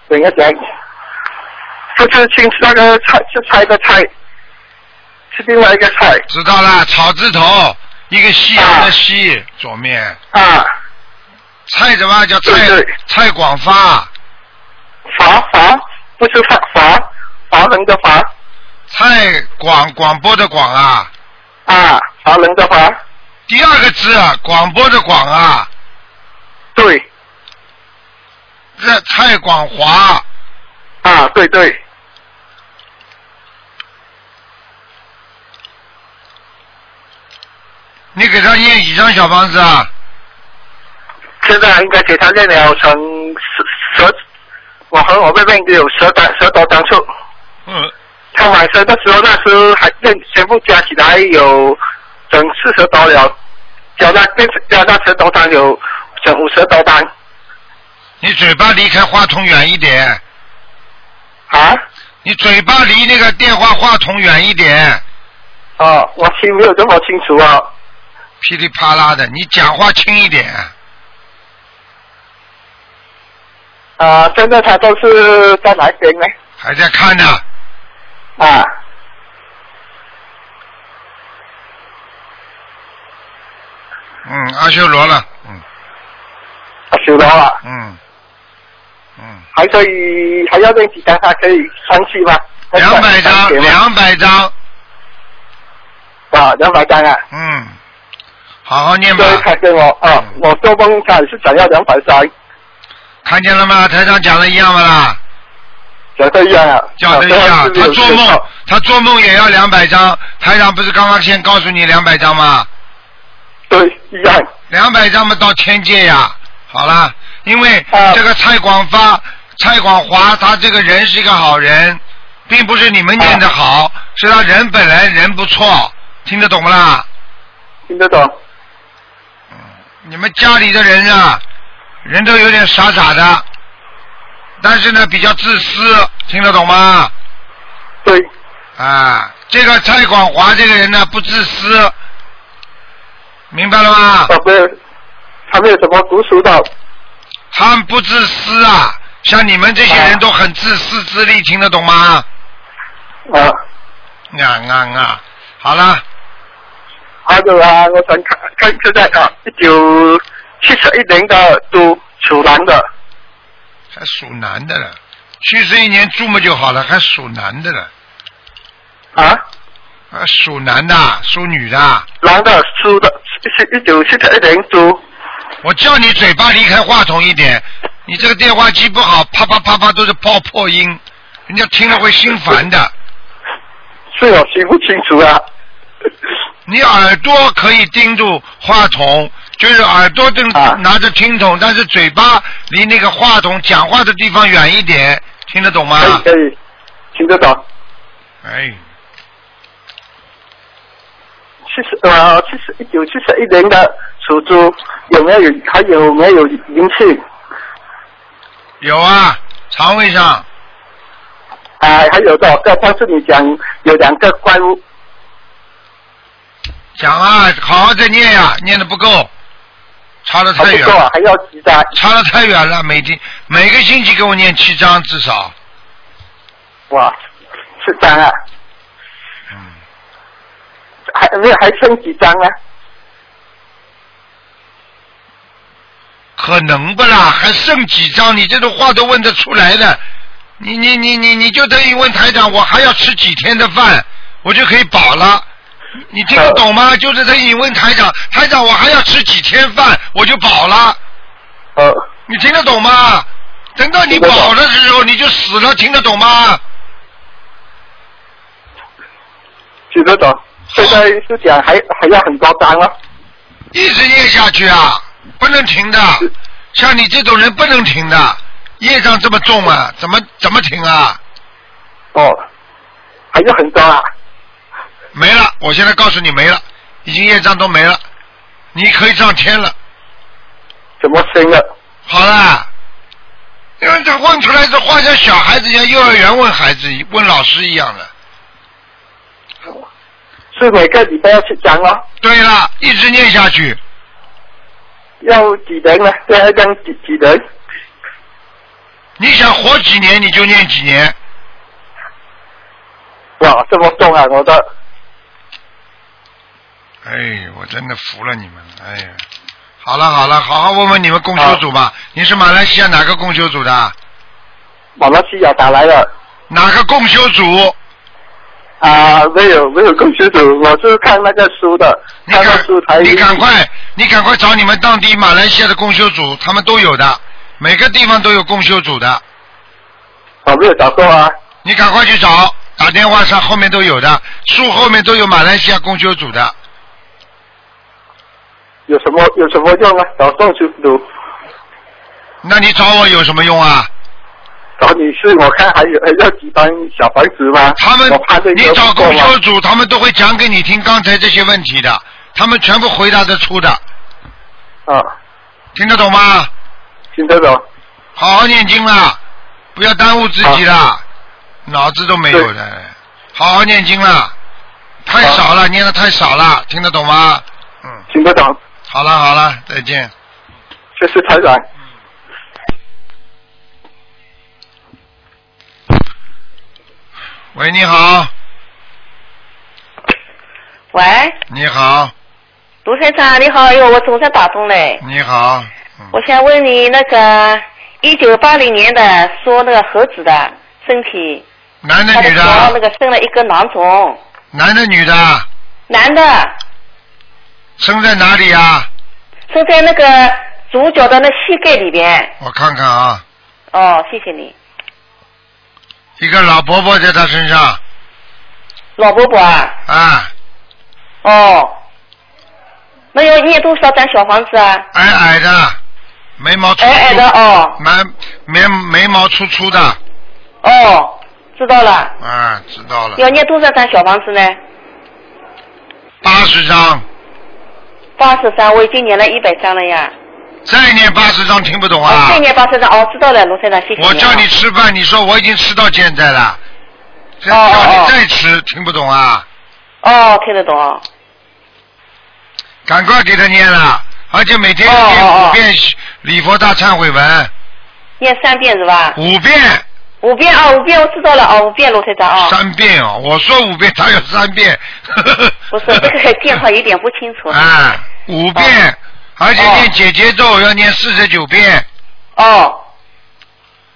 Speaker 6: 等一下讲，不是青那个菜是菜的菜，是另外一个菜
Speaker 1: 知道啦，草字头一个西洋的西，左面
Speaker 6: 啊，
Speaker 1: 蔡什么叫蔡
Speaker 6: 对对
Speaker 1: 蔡广发？
Speaker 6: 罚罚不是罚罚罚人的罚
Speaker 1: 蔡广广播的广啊，
Speaker 6: 啊，罚人的罚，
Speaker 1: 第二个字啊广播的广啊，
Speaker 6: 对
Speaker 1: 这蔡广华
Speaker 6: 啊，对对，
Speaker 1: 你给他念几张小房子啊？
Speaker 6: 现在应该给他练了成十十，我和我妹妹有十单十多单数。
Speaker 1: 嗯，
Speaker 6: 他晚生的时候，那时候还那全部加起来有整四十多了，加那变加那十多单有整五十多单
Speaker 1: 你嘴巴离开话筒远一点，
Speaker 6: 啊！
Speaker 1: 你嘴巴离那个电话话筒远一点，
Speaker 6: 哦，我听没有这么清楚啊。
Speaker 1: 噼里啪啦的，你讲话轻一点。
Speaker 6: 啊，现在他都是在哪边呢？
Speaker 1: 还在看呢，
Speaker 6: 啊，
Speaker 1: 嗯，阿修罗了，嗯
Speaker 6: 他修罗了，
Speaker 1: 嗯嗯，
Speaker 6: 还可以还要练几张，他可以上去吗？
Speaker 1: 两百张，
Speaker 6: 给吗
Speaker 1: 两百张，
Speaker 6: 啊，两百张啊！
Speaker 1: 嗯，好好念吧
Speaker 6: 所，以他跟我啊，
Speaker 1: 嗯
Speaker 6: 我做梦他也是想要两百张，
Speaker 1: 看见了吗？台上讲的一样的啦，
Speaker 6: 讲这样啊，
Speaker 1: 讲的一
Speaker 6: 啊
Speaker 1: 样，
Speaker 6: 这
Speaker 1: 他
Speaker 6: 样是
Speaker 1: 做
Speaker 6: 没有
Speaker 1: 梦，他做梦也要两百张，台长不是刚刚先告诉你两百张吗？
Speaker 6: 对一样
Speaker 1: 两百张嘛到天界呀。好啦，因为
Speaker 6: 啊
Speaker 1: 这个蔡广发、蔡广华，他这个人是一个好人，并不是你们念的
Speaker 6: 啊
Speaker 1: 好，是他人本来人不错，听得懂不啦？
Speaker 6: 听得懂。
Speaker 1: 你们家里的人啊，人都有点傻傻的，但是呢比较自私，听得懂吗？
Speaker 6: 对，
Speaker 1: 啊，这个蔡广华这个人呢不自私，明白了吗？
Speaker 6: 他没有，他没有什么读书的，
Speaker 1: 他们不自私啊，像你们这些人都很自私自利，听得懂吗？
Speaker 6: 啊，
Speaker 1: 啊啊啊！好了，
Speaker 6: 还有啊，我想看看现在啊，一九七十一年的都属男的，
Speaker 1: 还属男的了，七十一年猪嘛就好了，还属男的了，
Speaker 6: 啊，
Speaker 1: 啊属男的，属女的，
Speaker 6: 男的属的，是一九七十一年猪，
Speaker 1: 我叫你嘴巴离开话筒一 点，你这个电话机不好，啪啪啪啪都是爆破音，人家听了会心烦的。
Speaker 6: 是我记不清楚啊，
Speaker 1: 你耳朵可以盯住话筒，就是耳朵正
Speaker 6: 啊
Speaker 1: 拿着听筒，但是嘴巴离那个话筒讲话的地方远一点，听得懂吗？
Speaker 6: 可以可以，听得懂。
Speaker 1: 哎，
Speaker 6: 七十呃七十一九七十一年的属猪有没有还有没有灵气
Speaker 1: 有啊，肠胃上
Speaker 6: 啊？还有多少个？上次你讲有两个怪物
Speaker 1: 讲啊，好好再念呀、念的不够，差的
Speaker 6: 还
Speaker 1: 太
Speaker 6: 不
Speaker 1: 远
Speaker 6: 够
Speaker 1: 了，
Speaker 6: 啊，还要几张？
Speaker 1: 差的太远了，每天每个星期给我念七章至少，
Speaker 6: 哇，四张啊，
Speaker 1: 嗯，
Speaker 6: 还没有还剩几张啊呢？
Speaker 1: 可能不啦，还剩几章？你这种话都问得出来的，你你你你你就等于问台长，我还要吃几天的饭，我就可以饱了。你听得懂吗？就是等于问台长，台长我还要吃几天饭，我就饱了。
Speaker 6: 呃，
Speaker 1: 你听得懂吗？等到你
Speaker 6: 听得懂
Speaker 1: 饱的时候你就死了，听得懂吗？
Speaker 6: 听得懂。现在是讲还还要很多张啊，
Speaker 1: 一直念下去啊，不能停的。像你这种人不能停的，业障这么重啊，怎么怎么停啊？
Speaker 6: 哦，还有很多啊，
Speaker 1: 没了，我现在告诉你没了，已经业障都没了，你可以上天了。
Speaker 6: 怎么升啊了？
Speaker 1: 好啦，因为这问出来这话像小孩子一样，幼儿园问孩子一问老师一样的。
Speaker 6: 是每个礼拜要去张哦，
Speaker 1: 对了，一直念下去，
Speaker 6: 要几人呢？要要几几人？
Speaker 1: 你想活几年你就念几年。
Speaker 6: 哇，这么重啊，我的。
Speaker 1: 哎，我真的服了你们了，哎呀，好了好了，好好问问你们供修组吧。你是马来西亚哪个供修组的？啊
Speaker 6: 马来西亚打来了
Speaker 1: 哪个供修组？
Speaker 6: 啊，没有没有更清楚，我是看那个书的，
Speaker 1: 你
Speaker 6: 看那
Speaker 1: 赶
Speaker 6: 书台
Speaker 1: 你赶快你赶快找你们当地马来西亚的供修组，他们都有的，每个地方都有供修组的，
Speaker 6: 我没有找过啊，
Speaker 1: 你赶快去找，打电话上后面都有的，树后面都有马来西亚供修组的。
Speaker 6: 有什么有什么用啊？找宋师傅，
Speaker 1: 那你找我有什么用啊？
Speaker 6: 找你是我看还有还要几张小房子吗？
Speaker 1: 他们
Speaker 6: 我怕这个
Speaker 1: 你找
Speaker 6: 不够
Speaker 1: 供
Speaker 6: 啊
Speaker 1: 修组，他们都会讲给你听刚才这些问题的，他们全部回答得出的，
Speaker 6: 啊，
Speaker 1: 听得懂吗？
Speaker 6: 听得懂？
Speaker 1: 好好念经啦，不要耽误自己啦，脑子都没有的。好好念经啦，太少了，念的太少了，听得懂吗？嗯，
Speaker 6: 听得懂？
Speaker 1: 好了好了，再见。
Speaker 6: 这是台长。
Speaker 1: 喂，你好，
Speaker 5: 喂，
Speaker 1: 你好，
Speaker 5: 卢先生你好，哎呦，我总算打通嘞。
Speaker 1: 你好，嗯
Speaker 5: 我想问你那个一九八零年的说那个猴子的身体，
Speaker 1: 男的
Speaker 5: 他的
Speaker 1: 女
Speaker 5: 脚那
Speaker 1: 的，
Speaker 5: 个生了一个囊肿，
Speaker 1: 男的女的，
Speaker 5: 男的
Speaker 1: 生在哪里啊？
Speaker 5: 生在那个左脚的那膝盖里边。
Speaker 1: 我看看啊，
Speaker 5: 哦，谢谢你，
Speaker 1: 一个老伯伯在他身上
Speaker 5: 老伯伯啊。
Speaker 1: 啊，
Speaker 5: 哦，那要念多少张小房子啊？
Speaker 1: 矮矮的，眉毛粗
Speaker 5: 矮矮的
Speaker 1: 粗，
Speaker 5: 哦
Speaker 1: 蛮眉眉毛粗粗的
Speaker 5: 哦，知道了。
Speaker 1: 啊，知道了，
Speaker 5: 要念多少张小房子呢？
Speaker 1: 八十张。
Speaker 5: 八十张，我已经念了一百张了呀。
Speaker 1: 再念八十张听不懂
Speaker 7: 哦，
Speaker 1: 啊
Speaker 7: 再？念八十张，哦，知道了，卢台长，谢谢啊
Speaker 1: 我叫你吃饭，你说我已经吃到现在了，再
Speaker 7: 哦
Speaker 1: 叫
Speaker 7: 哦
Speaker 1: 你
Speaker 7: 哦
Speaker 1: 再吃，听不懂啊？
Speaker 7: 哦，听得懂哦，
Speaker 1: 赶快给他念了，而且每天
Speaker 7: 哦
Speaker 1: 念
Speaker 7: 哦哦
Speaker 1: 五遍礼佛大忏悔文，
Speaker 7: 念三遍是吧？
Speaker 1: 五遍
Speaker 7: 五遍啊，五遍我知道了哦，五遍卢台长啊，
Speaker 1: 三遍哦，我说五遍，他有三 遍。
Speaker 7: 不是这 个电话有点不哦清楚。
Speaker 1: 啊，五遍，而且念姐姐咒要念四十九遍，
Speaker 7: 哦，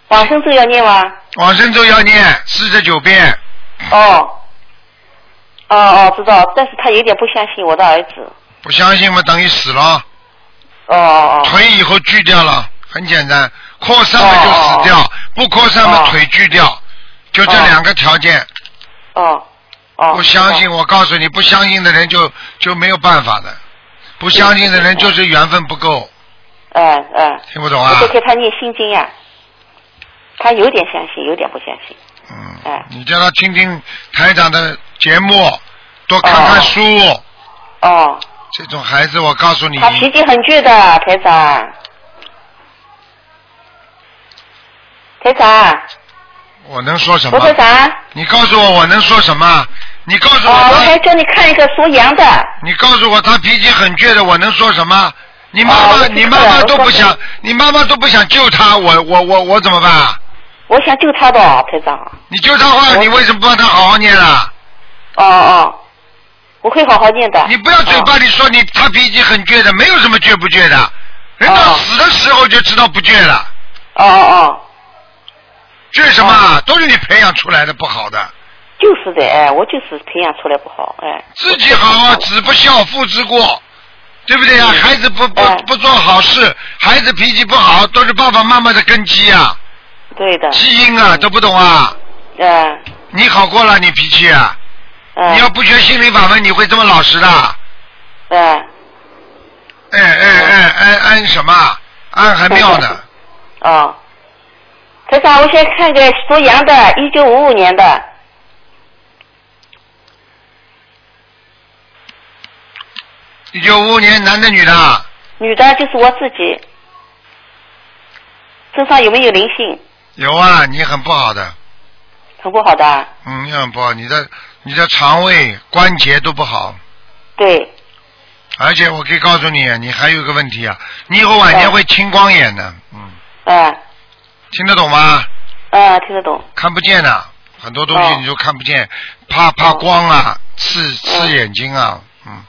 Speaker 7: 往生咒要念吗？
Speaker 1: 往生咒要念四十九遍。嗯
Speaker 7: 哦，哦哦，知道，但是他有点不相信我的儿子。
Speaker 1: 不相信嘛，等于死了，
Speaker 7: 哦哦哦，
Speaker 1: 腿以后锯掉了，很简单，扩散嘛就死掉，不扩散嘛
Speaker 7: 哦
Speaker 1: 腿锯掉，就这
Speaker 7: 哦
Speaker 1: 两个条件。
Speaker 7: 哦哦。
Speaker 1: 不相信，我告诉你，不相信的人就就没有办法的，不相信的人就是缘分不够，
Speaker 7: 哎哎，
Speaker 1: 听不懂啊
Speaker 7: 我？就给他念心经呀、他有点相信，有点不相信。
Speaker 1: 嗯
Speaker 7: 哎，
Speaker 1: 你叫他听听台长的节目，多看
Speaker 7: 哦
Speaker 1: 看
Speaker 7: 哦
Speaker 1: 书。
Speaker 7: 哦，
Speaker 1: 这种孩子，我告诉你，
Speaker 7: 他脾气很倔的，台长。台长，
Speaker 1: 我能说什么
Speaker 7: 罗？台长，
Speaker 1: 你告诉我，我能说什么？你告啊诉我
Speaker 7: 哦，我
Speaker 1: 他，
Speaker 7: 还叫你看一个属羊的。
Speaker 1: 你告诉我他脾气很倔的，我能说什么？你妈妈，
Speaker 7: 哦我知道
Speaker 1: 你妈妈都不
Speaker 7: 我
Speaker 1: 想
Speaker 7: 告诉，
Speaker 1: 你妈妈都不想救他，我我我我怎么办啊？
Speaker 7: 我想救他的哦，台长。
Speaker 1: 你救他话，
Speaker 7: 我
Speaker 1: 你为什么不让他好好念啊？
Speaker 7: 哦哦，我会好好念的。
Speaker 1: 你不要嘴巴
Speaker 7: 哦
Speaker 1: 里说你他脾气很倔的，没有什么倔不倔的，人到
Speaker 7: 哦
Speaker 1: 死的时候就知道不倔了，
Speaker 7: 哦哦，
Speaker 1: 倔什么啊？都是你培养出来的不好的，
Speaker 7: 就是的，哎，我就是培养出来不好，哎。
Speaker 1: 自己好好，子不孝，父之过，对不对呀、孩子不不
Speaker 7: 嗯
Speaker 1: 不做好事，孩子脾气不好，都是爸爸妈妈的根基啊，
Speaker 7: 对的，
Speaker 1: 基因啊，都不懂啊。
Speaker 7: 嗯
Speaker 1: 你好过了，你脾气啊，
Speaker 7: 嗯，
Speaker 1: 你要不学心理法门，你会这么老实的？
Speaker 7: 嗯
Speaker 1: 哎哎哎哎，安什么？安还妙呢。
Speaker 7: 哦，台长，我先看个属羊的，一九五五年的，
Speaker 1: 一九五五年，男的女的啊？女
Speaker 7: 的就是我自己，身上有没有灵性？
Speaker 1: 有啊，你很不好的，
Speaker 7: 很不好的啊，
Speaker 1: 嗯，你很不好，你的你的肠胃关节都不好，
Speaker 7: 对，
Speaker 1: 而且我可以告诉你，你还有一个问题啊，你以后晚年会青光眼的，嗯，
Speaker 7: 嗯
Speaker 1: 听得懂吗？
Speaker 7: 嗯，听得懂，
Speaker 1: 看不见的、啊很多东西
Speaker 7: 哦
Speaker 1: 你都看不见，怕怕光啊，刺刺
Speaker 7: 嗯
Speaker 1: 眼睛啊，嗯，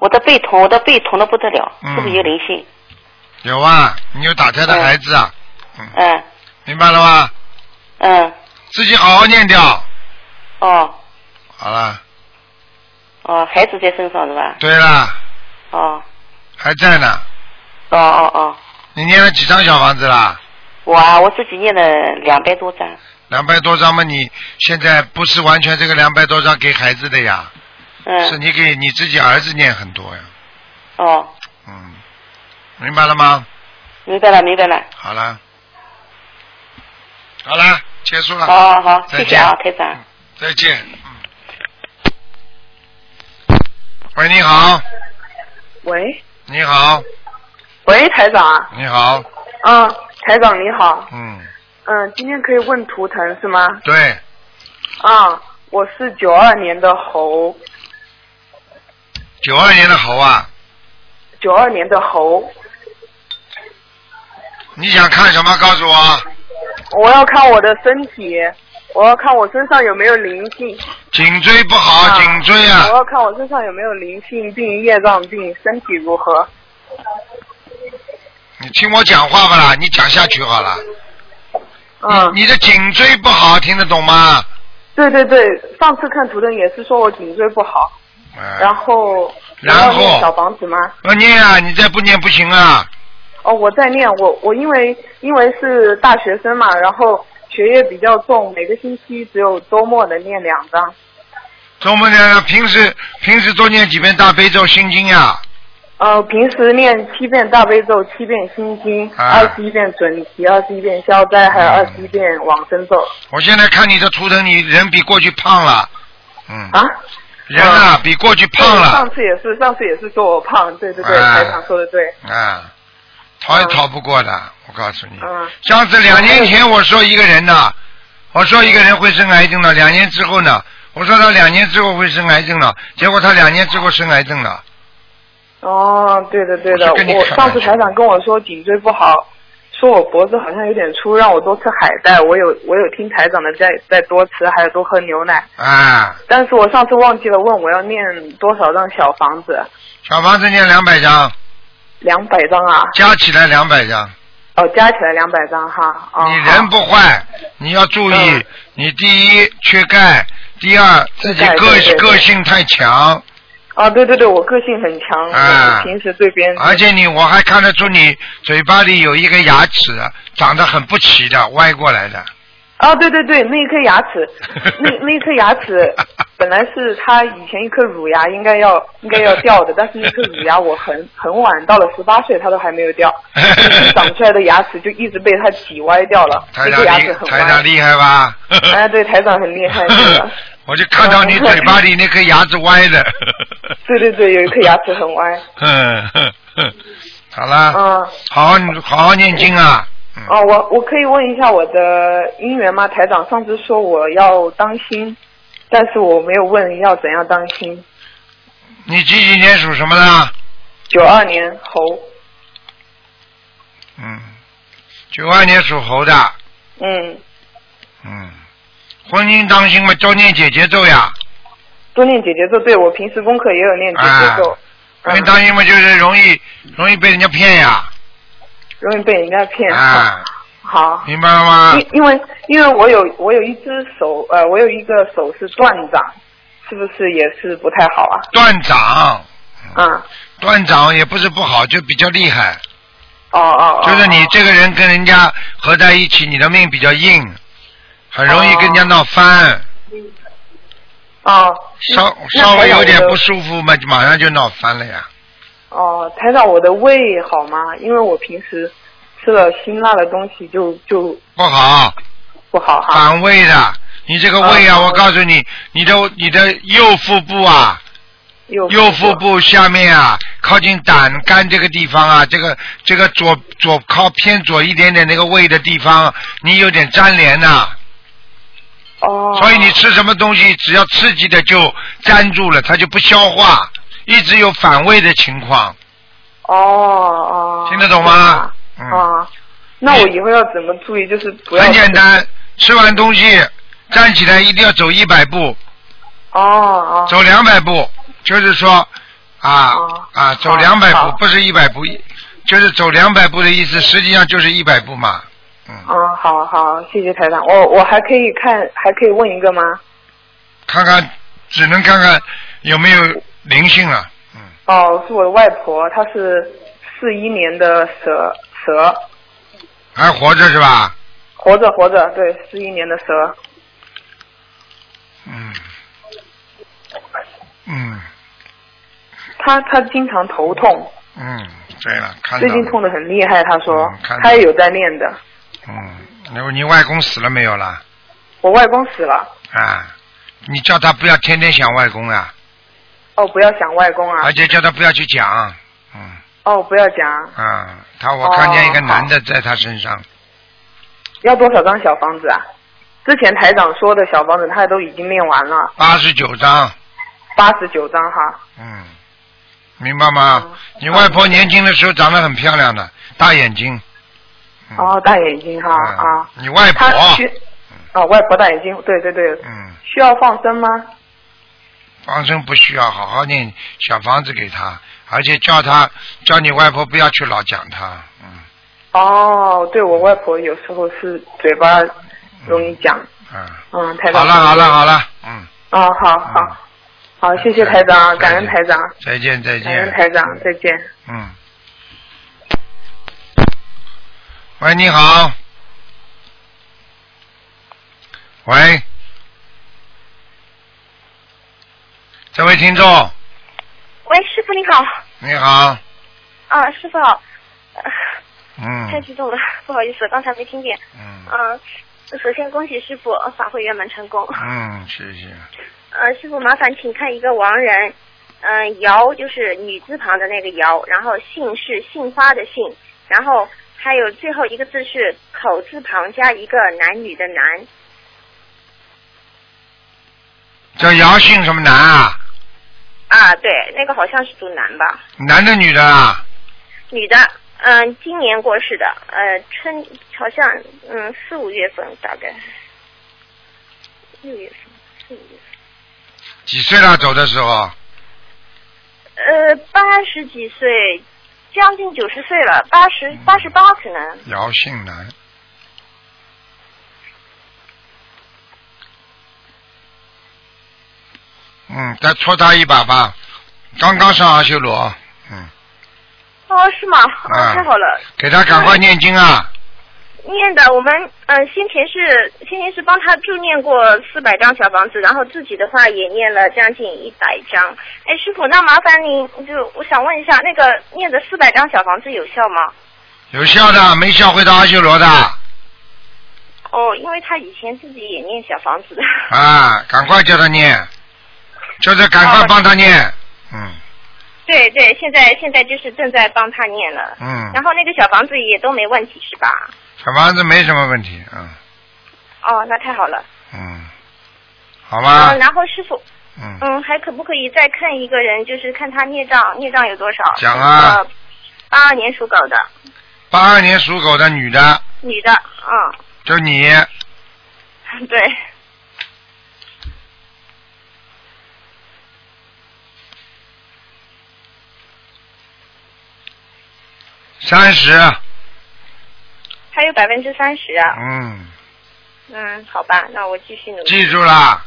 Speaker 7: 我的背痛，我的背痛的不得了，
Speaker 1: 嗯
Speaker 7: 是不是有灵性？
Speaker 1: 有啊，你有打胎的
Speaker 7: 嗯
Speaker 1: 孩子啊，
Speaker 7: 嗯
Speaker 1: 明白了吗？
Speaker 7: 嗯，
Speaker 1: 自己好好念掉，
Speaker 7: 哦
Speaker 1: 好了。
Speaker 7: 哦，孩子在身上是吧？
Speaker 1: 对了，
Speaker 7: 哦
Speaker 1: 还在呢。
Speaker 7: 哦哦哦，
Speaker 1: 你念了几张小房子啦？
Speaker 7: 我啊，我自己念了两百多张。
Speaker 1: 两百多张嘛，你现在不是完全这个两百多张给孩子的呀，是
Speaker 7: 嗯，
Speaker 1: 你给你自己儿子念很多呀，
Speaker 7: 哦，
Speaker 1: 嗯，明白了吗？
Speaker 7: 明白了，明白了。
Speaker 1: 好了，好了，结束了。
Speaker 7: 好好好，
Speaker 1: 再
Speaker 7: 谢
Speaker 1: 见
Speaker 7: 谢啊，台长。
Speaker 1: 再见。嗯。喂，你好，
Speaker 8: 喂
Speaker 1: 你好，
Speaker 8: 喂，台长，
Speaker 1: 你好，
Speaker 8: 嗯，台长你好，
Speaker 1: 嗯，
Speaker 8: 嗯，今天可以问图腾是吗？
Speaker 1: 对，
Speaker 8: 啊、我是九二年的猴，
Speaker 1: 九二年的猴啊，
Speaker 8: 九二年的猴，
Speaker 1: 你想看什么？告诉我，
Speaker 8: 我要看我的身体，我要看我身上有没有灵性，
Speaker 1: 颈椎不好，
Speaker 8: 啊
Speaker 1: 颈椎啊
Speaker 8: 我，要看我身上有没有灵性病、业障病，身体如何？
Speaker 1: 你听我讲话吧啦，你讲下去好了。
Speaker 8: 嗯，
Speaker 1: 你的颈椎不好，听得懂吗？
Speaker 8: 对对对，上次看图腾也是说我颈椎不好，
Speaker 1: 哎
Speaker 8: 然后
Speaker 1: 然后
Speaker 8: 我要念小房子吗？
Speaker 1: 要念啊，你再不念不行啊。
Speaker 8: 哦，我在念，我我因为因为是大学生嘛，然后学业比较重，每个星期只有周末能念两张。
Speaker 1: 周末呢，平时平时多念几遍大悲咒心经啊呀、
Speaker 8: 呃，平时念七遍大悲咒，七遍心经，
Speaker 1: 啊
Speaker 8: 二十一遍准提，二十一遍消灾，还有二十一遍往生咒。
Speaker 1: 我现在看你的图腾，你人比过去胖了，嗯，
Speaker 8: 啊，嗯
Speaker 1: 人啊比过去胖
Speaker 8: 上
Speaker 1: 了，
Speaker 8: 次也是，上次也是说我胖，对对对，
Speaker 1: 啊
Speaker 8: 台长说的对。
Speaker 1: 啊，逃也逃不过的，我告诉你。
Speaker 8: 嗯
Speaker 1: 上次两年前我说一个人呐，我说一个人会生癌症的，两年之后呢，我说他两年之后会生癌症了，结果他两年之后生癌症了。
Speaker 8: 哦，对的对的，
Speaker 1: 我是跟你
Speaker 8: 我
Speaker 1: 开玩笑
Speaker 8: 上次台长跟我说颈椎不好，说我脖子好像有点粗，让我多吃海带。我有我有听台长的在在多吃，还有多喝牛奶。
Speaker 1: 啊，
Speaker 8: 但是我上次忘记了问我要念多少张小房子，
Speaker 1: 小房子念两百
Speaker 8: 嗯
Speaker 1: 张，
Speaker 8: 两百张啊，
Speaker 1: 加起来两百张。
Speaker 8: 哦，加起来两百张哈。哦、
Speaker 1: 你人不坏，
Speaker 8: 嗯
Speaker 1: 你要注意，你第一缺钙，第二自己
Speaker 8: 缺钙
Speaker 1: 个
Speaker 8: 对对对
Speaker 1: 个性太强，
Speaker 8: 好啊，对对对，我个性很强，
Speaker 1: 啊
Speaker 8: 我平时对别人
Speaker 1: 而且你我还看得出你嘴巴里有一个牙齿长得很不齐的，歪过来的。
Speaker 8: 哦，对对对，那一颗牙 齿，那那一颗牙齿本来是他以前一颗乳牙应该要应该要掉的，但是那颗乳牙我很很晚到了十八岁，它都还没 有掉，已经长出来的牙齿就一直被他挤歪掉了，
Speaker 1: 台长
Speaker 8: 那颗牙齿
Speaker 1: 厉，
Speaker 8: 很
Speaker 1: 台长
Speaker 8: 歪。
Speaker 1: 厉害吧？
Speaker 8: 哎，对，台长很厉 害，对的，
Speaker 1: 我就看到你嘴巴里那颗牙齿歪的。
Speaker 8: 对对对，有一颗牙齿很歪。
Speaker 1: 嗯哼哼好啦，
Speaker 8: 嗯，
Speaker 1: 好好好好念经啊！
Speaker 8: 哦，我我可以问一下我的姻缘吗？台长上次说我要当心，但是我没有问要怎样当心。
Speaker 1: 你几几年属什么的？
Speaker 8: 九二年猴，
Speaker 1: 嗯，九二年属猴的。
Speaker 8: 嗯。
Speaker 1: 嗯，婚姻当心嘛，多念姐姐咒呀。
Speaker 8: 多念姐姐咒，对我平时功课也有念姐姐咒，嗯
Speaker 1: 婚姻啊当心嘛，就是容易容易被人家骗呀。
Speaker 8: 容易被人家骗。
Speaker 1: 啊，
Speaker 8: 好，
Speaker 1: 明白了吗？
Speaker 8: 因因为因为我有我有一只手，呃，我有一个手是断掌，是不是也是不太好啊？
Speaker 1: 断掌，
Speaker 8: 嗯，
Speaker 1: 断掌也不是不好，就比较厉害。
Speaker 8: 哦哦哦，
Speaker 1: 就是你这个人跟人家合在一起，你的命比较硬，很容易跟人家闹翻，
Speaker 8: 哦，
Speaker 1: 稍
Speaker 8: 那
Speaker 1: 稍微
Speaker 8: 台长
Speaker 1: 有点
Speaker 8: 我的
Speaker 1: 不舒服嘛，就马上就闹翻了呀。
Speaker 8: 哦，台长，我的胃好吗？因为我平时吃了辛辣的东西就就
Speaker 1: 不好，
Speaker 8: 不好哈。
Speaker 1: 反胃的。你这个胃啊，
Speaker 8: 哦
Speaker 1: 我告诉你，你的你的右腹部啊，
Speaker 8: 右
Speaker 1: 右腹部下面啊，靠近胆肝这个地方啊，这个这个左左靠偏左一点点那个胃的地方，你有点粘连呐、
Speaker 8: 哦，
Speaker 1: 所以你吃什么东西，只要刺激的就粘住了，它就不消化，一直有反胃的情况，
Speaker 8: 哦哦，
Speaker 1: 听得懂
Speaker 8: 是
Speaker 1: 吗
Speaker 8: 吧？
Speaker 1: 嗯，
Speaker 8: 啊，那我以后要怎么注意？就是不要
Speaker 1: 很简单，吃完东西站起来一定要走一百步，
Speaker 8: 哦哦
Speaker 1: 走两百步，就是说啊
Speaker 8: 哦
Speaker 1: 啊，走
Speaker 8: 好
Speaker 1: 两百
Speaker 8: 好
Speaker 1: 步，不是一百步，就是走两百步的意思，实际上就是一百步嘛。嗯，
Speaker 8: 嗯，好好，谢谢台长。我我还可以看，还可以问一个吗？
Speaker 1: 看看，只能看看有没有灵性了。嗯，
Speaker 8: 哦，是我的外婆，她是四一年的蛇蛇，
Speaker 1: 还活着是吧？
Speaker 8: 活着活着，对，四一年的蛇。
Speaker 1: 嗯，嗯。
Speaker 8: 她她经常头痛，
Speaker 1: 嗯，对了，看到
Speaker 8: 最
Speaker 1: 了
Speaker 8: 近痛得很厉害。她说
Speaker 1: 嗯看到
Speaker 8: 她也有在练的。
Speaker 1: 嗯，然后你外公死了没有啦？
Speaker 8: 我外公死了，
Speaker 1: 啊，你叫他不要天天想外公啊，
Speaker 8: 哦，不要想外公啊
Speaker 1: 而，且叫他不要去讲。嗯
Speaker 8: 哦，不要讲，
Speaker 1: 啊，他我看见一个男的在他身
Speaker 8: 哦
Speaker 1: 上，
Speaker 8: 要多少张小房子啊？之前台长说的小房子，他都已经练完了，
Speaker 1: 八十九章。
Speaker 8: 八十九张哈。
Speaker 1: 嗯，明白吗？
Speaker 8: 哦
Speaker 1: 你外婆年轻的时候长得很漂亮的，大眼睛。嗯、
Speaker 8: 哦，大眼睛哈
Speaker 1: 嗯
Speaker 8: 啊。
Speaker 1: 你外婆
Speaker 8: 他，需哦，外婆大眼睛，对对对，
Speaker 1: 嗯，
Speaker 8: 需要放生吗？
Speaker 1: 放生不需要，好好念小房子给他，而且叫他叫你外婆不要去老讲他。嗯
Speaker 8: 哦，对我外婆有时候是嘴巴容易讲，
Speaker 1: 啊，
Speaker 8: 嗯，台
Speaker 1: 好
Speaker 8: 长。
Speaker 1: 了嗯好了。好了，嗯。
Speaker 8: 哦，好好好，谢谢台长，感恩台长，
Speaker 1: 再见再
Speaker 8: 感恩
Speaker 1: 见。
Speaker 8: 台长，再见。
Speaker 1: 嗯。喂，你好。喂，这位听众，
Speaker 9: 喂，师傅你好，
Speaker 1: 你好。
Speaker 9: 啊，师傅好，
Speaker 2: 啊
Speaker 9: 呃太
Speaker 1: 嗯
Speaker 9: 激动了，不好意思，刚才没听见。
Speaker 1: 嗯
Speaker 2: 啊
Speaker 9: 嗯、首先恭喜师傅呃法会圆满成 功。
Speaker 1: 嗯，谢谢。
Speaker 9: 呃，师傅麻烦请看一个亡人，嗯、姚就是女字旁的那个姚，然后姓是杏花的杏，
Speaker 7: 然后还有最后一个字是口字旁加一个男女的男，
Speaker 1: 叫姚姓什么男啊？
Speaker 7: 啊，对，那个好像是读男吧，
Speaker 1: 男的女的啊？
Speaker 7: 女的，嗯、今年过世的，呃，春好像嗯四五月份大概，六月份，四五月份，
Speaker 1: 几岁了？走的时候？
Speaker 7: 呃，八十几岁，将近九十岁了，八十八十八可能，
Speaker 1: 姚姓男。嗯，再戳他一把吧，刚刚上阿修罗，
Speaker 7: 哦，是吗？哦，
Speaker 1: 啊
Speaker 7: 太好了，
Speaker 1: 给他赶快念经啊！
Speaker 7: 念的，我们嗯、呃先前是先前是帮他助念过四百张小房子，然后自己的话也念了将近一百张。哎，师傅，那麻烦您就我想问一下，那个念的四百张小房子有效吗？
Speaker 1: 有效的，没效会到阿修罗的
Speaker 7: 哦，因为他以前自己也念小房子的。
Speaker 1: 啊！赶快叫他念，就是赶快帮他念， 嗯
Speaker 7: 对对，现在现在就是正在帮他念了。
Speaker 1: 嗯，
Speaker 7: 然后那个小房子也都没问题是吧？
Speaker 1: 小房子没什么问题，嗯
Speaker 7: 哦，那太好了。
Speaker 1: 嗯，好吧
Speaker 7: 嗯，，然后师傅，
Speaker 1: 啊嗯，
Speaker 7: 嗯，还可不可以再看一个人，就是看他孽障，孽障有多少？
Speaker 1: 讲啊
Speaker 7: 呃，八二年属狗的
Speaker 1: 八二年属狗的女的，
Speaker 7: 女的，嗯，
Speaker 1: 就你，
Speaker 7: 对，
Speaker 1: 三十，
Speaker 7: 还有百分之三十啊。
Speaker 1: 嗯，
Speaker 7: 嗯，好吧，那我继续努力。
Speaker 1: 记住啦，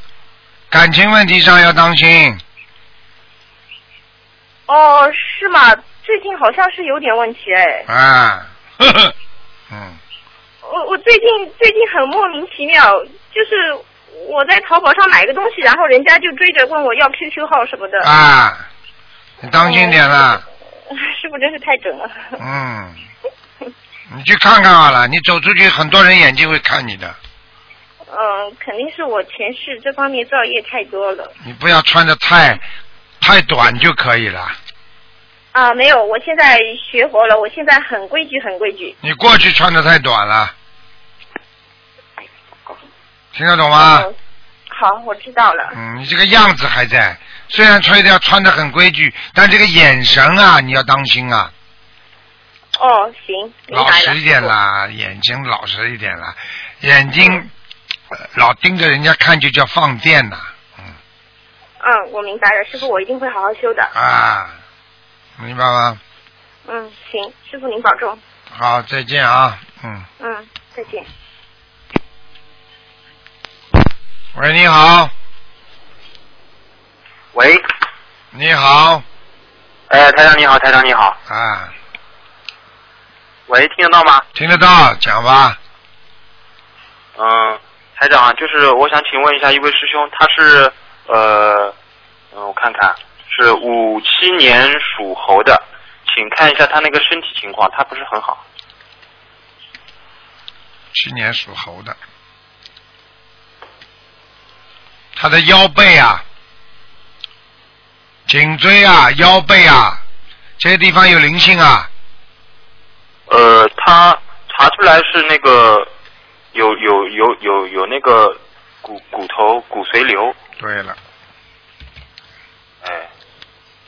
Speaker 1: 感情问题上要当心，
Speaker 7: 哦，是吗？最近好像是有点问题哎，
Speaker 1: 啊， 呵呵，嗯，
Speaker 7: 我我最近最近很莫名其妙，就是我在淘宝上买个东西，然后人家就追着问我要 QQ 号什么的，
Speaker 1: 啊，你当心点啦，
Speaker 7: 师傅真是太准了。
Speaker 1: 嗯，你去看看好了，你走出去，很多人眼睛会看你的，
Speaker 7: 嗯，肯定是我前世这方面造业太多了
Speaker 1: 你不要穿的太太短就可以了。
Speaker 7: 啊！没有，我现在学佛了，我现在很规矩，很规矩。
Speaker 1: 你过去穿的太短了，听得懂吗？
Speaker 7: 嗯好，我知道了。
Speaker 1: 嗯，你这个样子还在，虽然穿的要穿的很规矩，但这个眼神啊，你要当心啊，
Speaker 7: 哦，行，明
Speaker 1: 老
Speaker 7: 白了。
Speaker 1: 实一点啦，眼睛老实一点啦，眼睛、呃老盯着人家看就叫放电呐
Speaker 7: 嗯，我明白了，师傅，我一定会好好修的。
Speaker 1: 啊，明白吗？
Speaker 7: 嗯，行，师傅您保重。
Speaker 1: 好，再见啊，嗯，
Speaker 7: 嗯，再见。
Speaker 1: 喂，你好，
Speaker 6: 喂，
Speaker 1: 你好，
Speaker 6: 哎，台长你好，台长你好，
Speaker 1: 啊，
Speaker 6: 喂，听得到吗？
Speaker 1: 听得到，讲吧，
Speaker 6: 嗯，台长啊，就是我想请问一下一位师兄，他是呃，嗯，我看看，是五七年属猴的，请看一下他那个身体情况，他不是很好。
Speaker 1: 去年属猴的，他的腰背啊、颈椎啊、腰背啊这些地方有灵性啊，
Speaker 6: 呃，他查出来是那个有有有有有那个骨骨头骨髓瘤，
Speaker 1: 对了。
Speaker 6: 哎，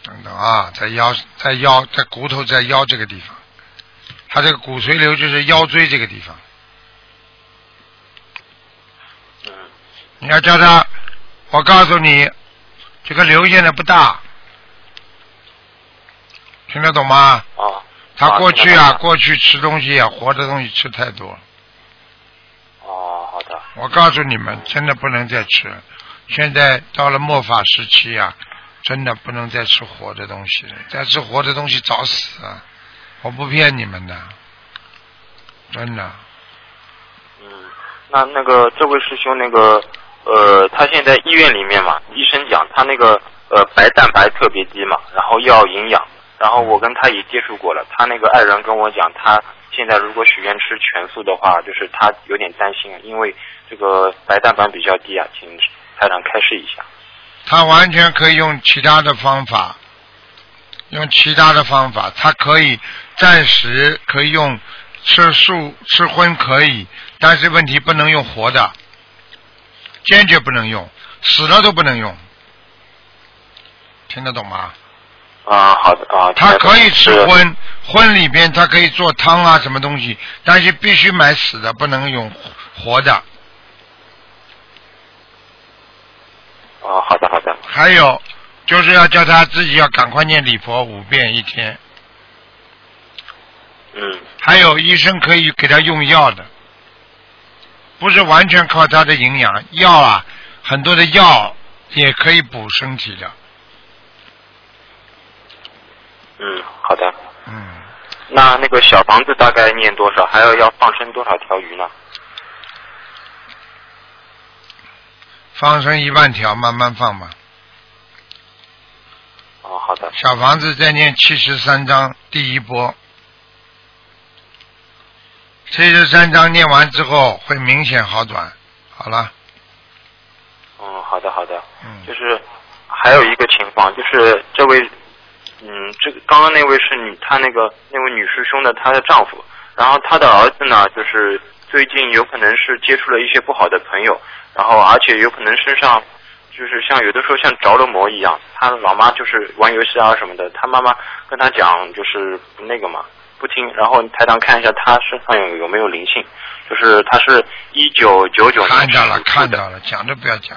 Speaker 1: 等等啊，在腰、在腰、在骨头、在腰这个地方，他这个骨髓瘤就是腰椎这个地方。你要叫他，我告诉你，这个瘤现在不大，听得懂吗？
Speaker 6: 哦。
Speaker 1: 他
Speaker 6: 啊
Speaker 1: 过去
Speaker 6: 听得
Speaker 1: 啊，
Speaker 6: 懂
Speaker 1: 过去吃东西啊，活的东西吃太多了。
Speaker 6: 哦，好的，
Speaker 1: 我告诉你们，真的不能再吃了。现在到了末法时期啊，真的不能再吃活的东西了，再吃活的东西早死啊！我不骗你们的，真的。
Speaker 6: 那那个这位师兄，那个呃，他现在医院里面嘛，医生讲他那个呃白蛋白特别低嘛，然后要营养，然后我跟他也接触过了，他那个爱人跟我讲，他现在如果许愿吃全素的话，就是他有点担心，因为这个白蛋白比较低啊，请台长开示一下。
Speaker 1: 他完全可以用其他的方法，用其他的方法，他可以暂时可以用吃素吃荤可以，但是问题不能用活的，坚决不能用，死了都不能用，听得懂吗？
Speaker 10: 啊，好的啊。
Speaker 1: 他可以吃
Speaker 10: 是
Speaker 1: 荤，荤里边他可以做汤啊，什么东西，但是必须买死的，不能用活
Speaker 10: 啊
Speaker 1: 的。
Speaker 10: 哦，好的好的，
Speaker 1: 还有就是要叫他自己要赶快念礼佛五遍一天。
Speaker 10: 嗯。
Speaker 1: 还有医生可以给他用药的，不是完全靠他的营养药啊，很多的药也可以补身体的。
Speaker 10: 嗯，好的。
Speaker 1: 嗯。
Speaker 10: 那那个小房子大概念多少？还有要放生多少条鱼呢？
Speaker 1: 放生一万条，慢慢放吧。
Speaker 10: 哦，好的。
Speaker 1: 小房子再念七十三章，第一波。七十三章念完之后会明显好转。好了，
Speaker 10: 嗯，好的好的。
Speaker 1: 嗯。
Speaker 10: 就是还有一个情况，就是这位，嗯，这个刚刚那位是女，她那个那位女师兄的她的丈夫，然后她的儿子呢，就是最近有可能是接触了一些不好的朋友，然后而且有可能身上就是像有的时候像着了魔一样，她老妈就是玩游戏啊什么的，她妈妈跟她讲就是不那个嘛。不听，然后台长看一下她身上有有没有灵性，就是她是一九九九年
Speaker 1: 看到了，看到了，讲都不要讲。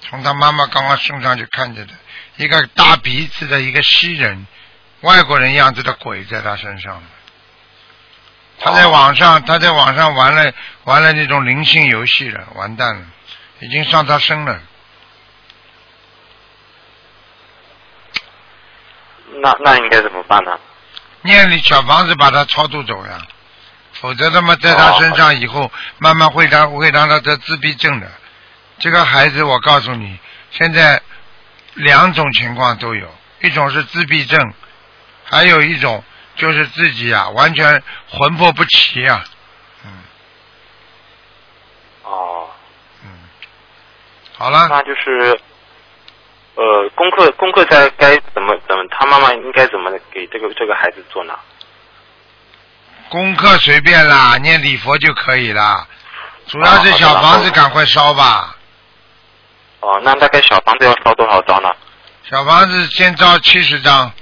Speaker 1: 从他妈妈刚刚身上就看见的，一个大鼻子的一个西人，外国人样子的鬼在他身上。他在网上，他在网上玩了玩了那种灵性游戏了，完蛋了，已经上他身了。
Speaker 10: 那那应该怎么办呢？
Speaker 1: 念里小房子把他超度走呀，否则他妈在
Speaker 10: 哦
Speaker 1: 他身上以后，慢慢会让会让他得自闭症的。这个孩子，我告诉你，现在两种情况都有，一种是自闭症，还有一种就是自己啊完全魂魄不齐啊。
Speaker 10: 哦。
Speaker 1: 嗯好了。
Speaker 10: 那就是，呃，功课功课在该怎么怎么，他妈妈应该怎么给这个这个孩子做呢？
Speaker 1: 功课随便啦，念礼佛就可以啦，主要是
Speaker 10: 哦好的
Speaker 1: 小房子
Speaker 10: 然后
Speaker 1: 赶快烧吧。
Speaker 10: 哦，那大概小房子要烧多少张呢？
Speaker 1: 小房子先烧七十张，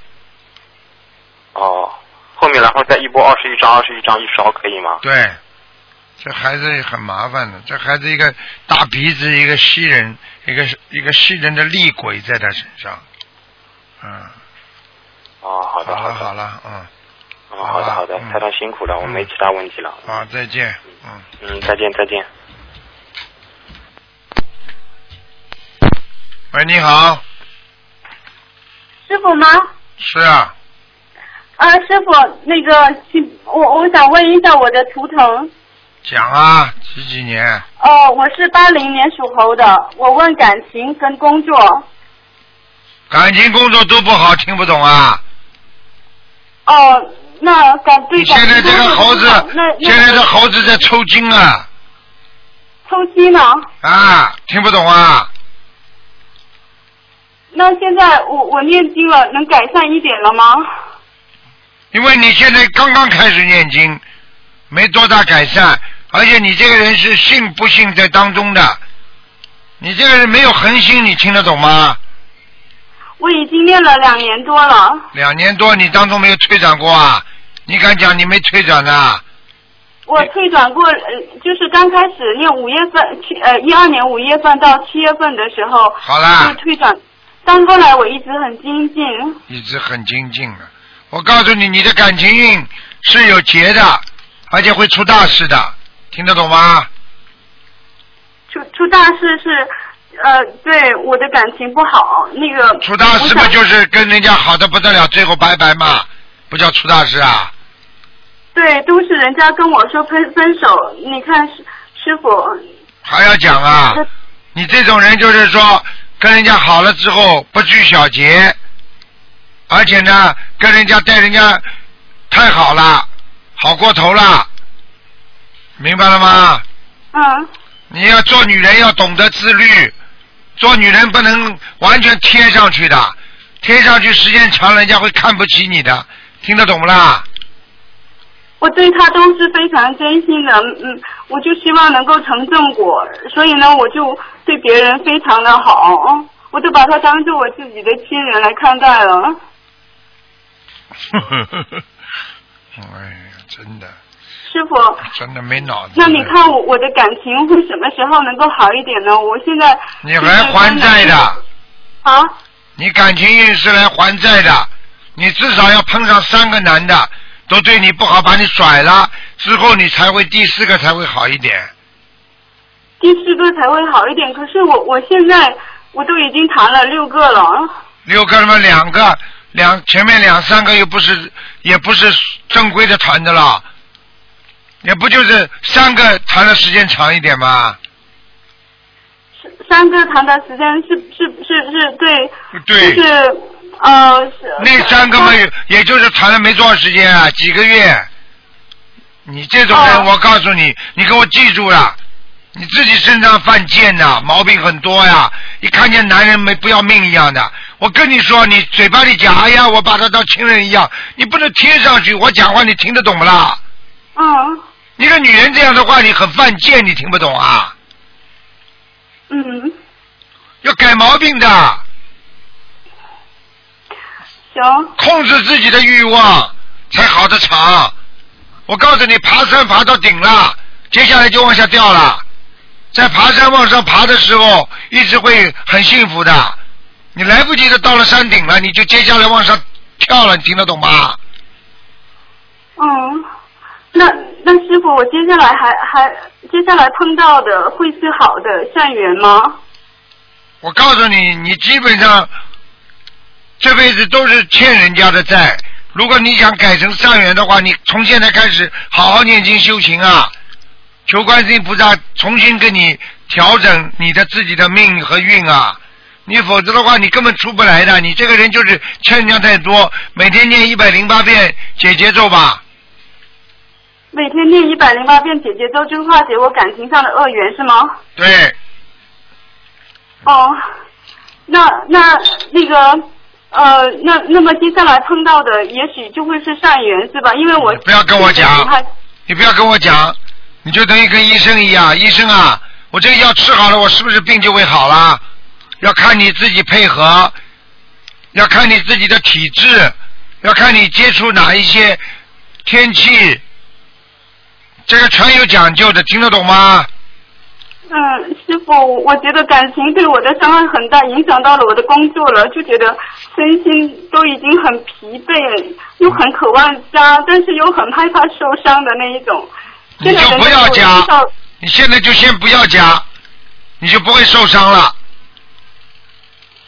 Speaker 10: 哦，后面然后再一波二十一张，二十一张一烧可以吗？
Speaker 1: 对，这孩子也很麻烦的。这孩子一个大鼻子，一个西人，一个一个西人的厉鬼在他身上。嗯，
Speaker 10: 哦，好的，
Speaker 1: 好了好了，嗯，
Speaker 10: 哦，好的好的，台长辛苦了，我没其他问题了。
Speaker 1: 好，再见，嗯。
Speaker 10: 嗯，再见再见。
Speaker 1: 喂，你好，
Speaker 7: 师傅吗？
Speaker 1: 是啊，
Speaker 7: 啊，师傅，那个，请我我想问一下我的图腾。
Speaker 1: 讲啊，几几年？
Speaker 7: 哦，我是八零年属猴的，我问感情跟工作。
Speaker 1: 感情工作都不好，听不懂啊？
Speaker 7: 哦，那感对
Speaker 1: 你
Speaker 7: 感
Speaker 1: 现
Speaker 7: 情
Speaker 1: 在这个
Speaker 7: 工作
Speaker 1: 猴
Speaker 7: 不
Speaker 1: 子
Speaker 7: 好那，那
Speaker 1: 现在这猴子在抽筋啊
Speaker 7: 抽筋呢？
Speaker 1: 啊，听不懂啊？
Speaker 7: 那现在我我念经了，能改善一点了吗？
Speaker 1: 因为你现在刚刚开始念经，没多大改善，而且你这个人是信不信在当中的，你这个人没有恒心，你听得懂吗？
Speaker 7: 我已经念了两年多了，
Speaker 1: 两年多你当中没有退转过啊？你敢讲你没退转啊呐、
Speaker 7: 我退转过，呃就是刚开始念五月份，去呃一二年五月份到七月份的时候，
Speaker 1: 好啦
Speaker 7: 就退转，但后来我一直很精进。
Speaker 1: 一直很精进的。我告诉你，你的感情运是有劫的，而且会出大事的，听得懂吗？
Speaker 7: 出出大事是，呃，对我的感情不好，那个
Speaker 1: 出大事嘛，就是跟人家好的不得了，最后拜拜嘛，不叫出大事啊。
Speaker 7: 对，都是人家跟我说分分手，你看师师傅，
Speaker 1: 还要讲啊？你这种人就是说，跟人家好了之后不拘小节，而且呢，跟人家待人家太好了，好过头了，明白了吗？
Speaker 7: 嗯。
Speaker 1: 你要做女人要懂得自律，做女人不能完全贴上去的，贴上去时间长，人家会看不起你的，听得懂不 啦？
Speaker 7: 我对他都是非常真心的，嗯，我就希望能够成正果，所以呢，我就对别人非常的好，嗯我就把他当做我自己的亲人来看待了。
Speaker 1: 哎呀，真的，
Speaker 7: 师傅，
Speaker 1: 真的没脑子。
Speaker 7: 那你看我我的感情会什么时候能够好一点呢？我现在
Speaker 1: 你来还债的
Speaker 7: 啊？
Speaker 1: 你感情运是来还债的，你至少要碰上三个男的都对你不好，把你甩了之后，你才会第四个才会好一点。
Speaker 7: 第四个才会好一点。可是我我现在我都已经谈了六个了，
Speaker 1: 六个他妈两个两前面两三个又不是也不是正规的谈的了，也不就是三个谈的时间长一点嘛。
Speaker 7: 三个谈的时间是是是是对，
Speaker 1: 对
Speaker 7: 就是呃是
Speaker 1: 那三个嘛，也就是谈了没多少时间啊，几个月。你这种
Speaker 7: 哦
Speaker 1: 人，我告诉你，你给我记住了，你自己身上犯贱呐、毛病很多呀。一看见男人没不要命一样的，我跟你说，你嘴巴里讲，哎呀，我把他当亲人一样，你不能贴上去。我讲话你听得懂不啦？
Speaker 7: 嗯
Speaker 1: 一个女人这样的话，你很犯贱，你听不懂啊？
Speaker 7: 嗯，
Speaker 1: 要改毛病的。
Speaker 7: 行，
Speaker 1: 控制自己的欲望才好的长。我告诉你，爬山爬到顶了，接下来就往下掉了。在爬山往上爬的时候，一直会很幸福的。你来不及的到了山顶了，你就接下来往上跳了，你听得懂吗？
Speaker 7: 嗯，那那师傅，我接下来还还接下来碰到的会是好的善缘吗？
Speaker 1: 我告诉你，你基本上这辈子都是欠人家的债。如果你想改成善缘的话，你从现在开始好好念经修行啊，求观世音菩萨重新给你调整你的自己的命和运啊。你否则的话，你根本出不来的。你这个人就是欠人家太多，每天念一百零八遍解结咒吧。
Speaker 7: 每天念一百零八遍姐姐咒，就化解我感情上的恶缘是吗？
Speaker 1: 对，
Speaker 7: 哦，那那那个呃，那那么接下来碰到的也许就会是善缘是吧？因为我
Speaker 1: 不要跟我讲
Speaker 7: 我还
Speaker 1: 你不要跟我讲，你就等于跟医生一样，医生啊，我这个药吃好了，我是不是病就会好啦？要看你自己配合，要看你自己的体质，要看你接触哪一些天气，这个全有讲究的，听得懂吗？
Speaker 7: 嗯，师傅，我觉得感情对我的伤害很大，影响到了我的工作了，就觉得身心都已经很疲惫，又很渴望家，但是又很害怕受伤的那一种。
Speaker 1: 你就不要讲，你现在就先不要讲，你就不会受伤了。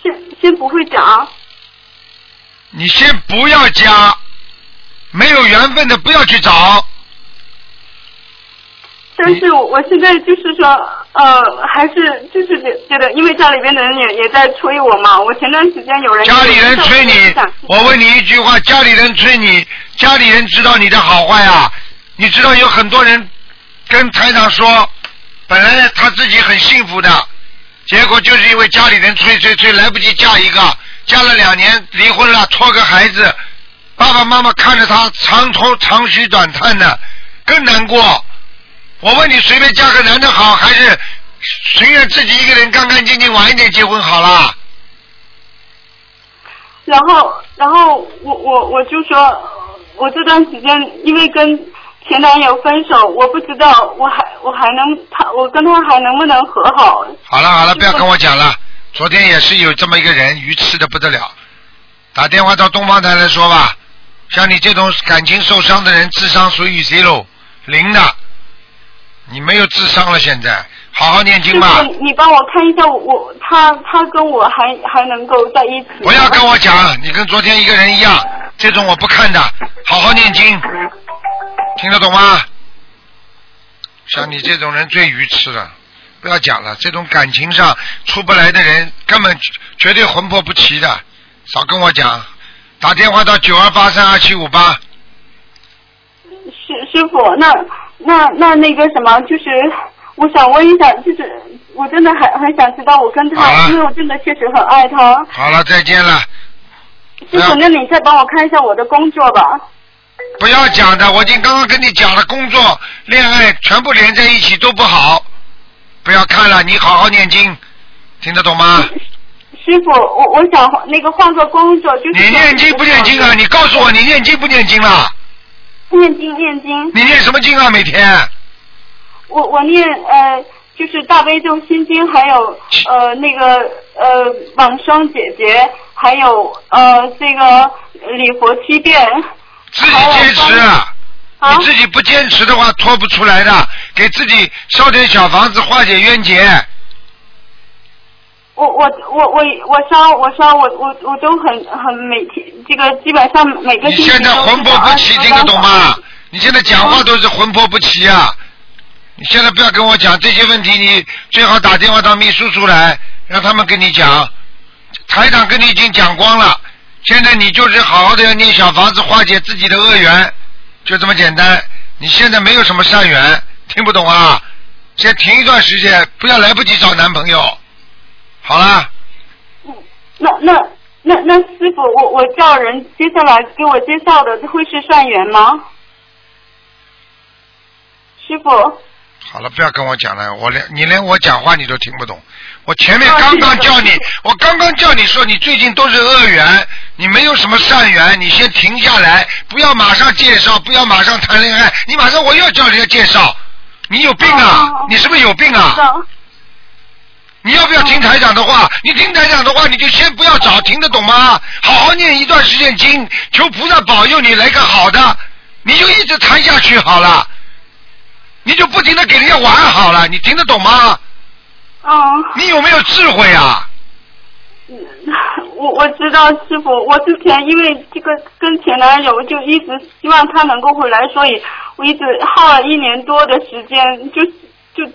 Speaker 7: 先先不会讲，啊
Speaker 1: 你先不要讲，没有缘分的不要去找。
Speaker 7: 但
Speaker 1: 哎
Speaker 7: 是我我现在就是说，呃，还是就是觉觉得，因为家里边的人也也在催我嘛。我前段时间有人
Speaker 1: 家里人催你，我问你一句话：家里人催你，家里人知道你的好坏啊？你知道有很多人跟台长说，本来他自己很幸福的，结果就是因为家里人催催催，来不及嫁一个，嫁了两年离婚了，拖个孩子，爸爸妈妈看着他长头长吁短叹的，更难过。我问你，随便嫁个男的好，还是随便自己一个人干干净净晚一点结婚好啦？
Speaker 7: 然后，然后我我我就说，我这段时间因为跟前男友分手，我不知道我还我还能他我跟他还能不能和好？
Speaker 1: 好了好了，不要跟我讲了。昨天也是有这么一个人，愚痴的不得了，打电话到东方台来说吧。像你这种感情受伤的人，智商属于 zero 零的，你没有智商了。现在好好念
Speaker 7: 师
Speaker 1: 经吧，
Speaker 7: 傅，你帮我看一下我我他他跟我还还能够在一起吗？
Speaker 1: 不要跟我讲，你跟昨天一个人一样，这种我不看的。好好念经，听得懂吗？像你这种人最愚痴了，不要讲了。这种感情上出不来的人，根本绝对魂魄不齐的。少跟我讲，打电话到九二八三二七五八，
Speaker 7: 师师傅，那那那那个什么，就是我想问一下，就是
Speaker 1: 啊嗯
Speaker 7: 我真的很很想知道，我跟他，因为我真的确实很爱他。
Speaker 1: 好了，再见了。
Speaker 7: 师傅，那你再帮我看一下我的工作吧。
Speaker 1: 不要讲的，我已经刚刚跟你讲了，工作、恋爱全部连在一起都不好，不要看了，你好好念经，听得懂吗？
Speaker 7: 师傅，我我想换那个换个工作，就是
Speaker 1: 你念经不念经啊？你告诉我，你念经不念经啦？
Speaker 7: 念经念经。
Speaker 1: 你念什么经啊？每天
Speaker 7: 我我念呃，就是大悲咒心经，还有呃那个呃往生解结，还有呃这个礼佛七遍。
Speaker 1: 自己坚持啊，你自己不坚持的话拖不出来的，给自己烧点小房子化解冤结。
Speaker 7: 我我我我我烧我烧我我我都很很每天这个基本上每个
Speaker 1: 你
Speaker 7: 星期
Speaker 1: 现在
Speaker 7: 都
Speaker 1: 魂
Speaker 7: 是
Speaker 1: 魄
Speaker 7: 早
Speaker 1: 不
Speaker 7: 上
Speaker 1: 齐，
Speaker 7: 早
Speaker 1: 听得
Speaker 7: 上
Speaker 1: 懂吗？你现在讲话都是魂魄不齐啊！你现在不要跟我讲这些问题，你最好打电话到秘书处来，让他们跟你讲。台长跟你已经讲光了，现在你就是好好的要念小房子化解自己的恶缘，就这么简单。你现在没有什么善缘，听不懂啊？先停一段时间，不要来不及找男朋友。好啦，
Speaker 7: 那那那那师傅，我我叫人接下来给我介绍的会是善缘吗？师傅，
Speaker 1: 好了，不要跟我讲了，我连你连我讲话你都听不懂。我前面刚刚叫你，我刚刚叫你说你最近都是恶缘，你没有什么善缘，你先停下来，不要马上介绍，不要马上谈恋爱，你马上我又叫人家介绍，你有病啊！你是不是有病啊？你要不要听台长的话？你听台长的话，你就先不要找，听得懂吗？好好念一段时间经，求菩萨保佑你来个好的，你就一直谈下去好了，你就不停的给人家玩好了，你听得懂吗？
Speaker 7: 嗯，
Speaker 1: 你有没有智慧啊？
Speaker 7: 我我知道师傅，我之前因为这个跟前男友就一直希望他能够回来，所以我一直耗了一年多的时间，就就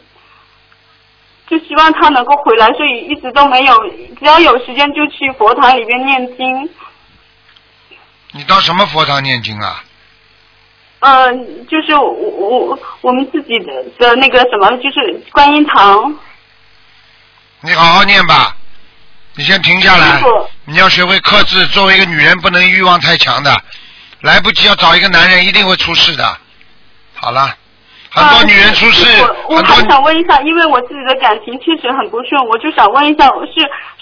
Speaker 7: 就希望他能够回来，所以一直都没有，只要有时间就去佛堂里边念经。
Speaker 1: 你到什么佛堂念经啊？
Speaker 7: 呃，就是我我我们自己的的那个什么，就是观音堂。
Speaker 1: 你好好念吧，你先停下来
Speaker 7: 师父，
Speaker 1: 你要学会克制。作为一个女人，不能欲望太强的，来不及要找一个男人，一定会出事的。好了，很多女人出事，
Speaker 7: 啊呃我我
Speaker 1: 很
Speaker 7: 还
Speaker 1: 多
Speaker 7: 想问一下，因为我自己的感情确实很不顺，我就想问一下，我是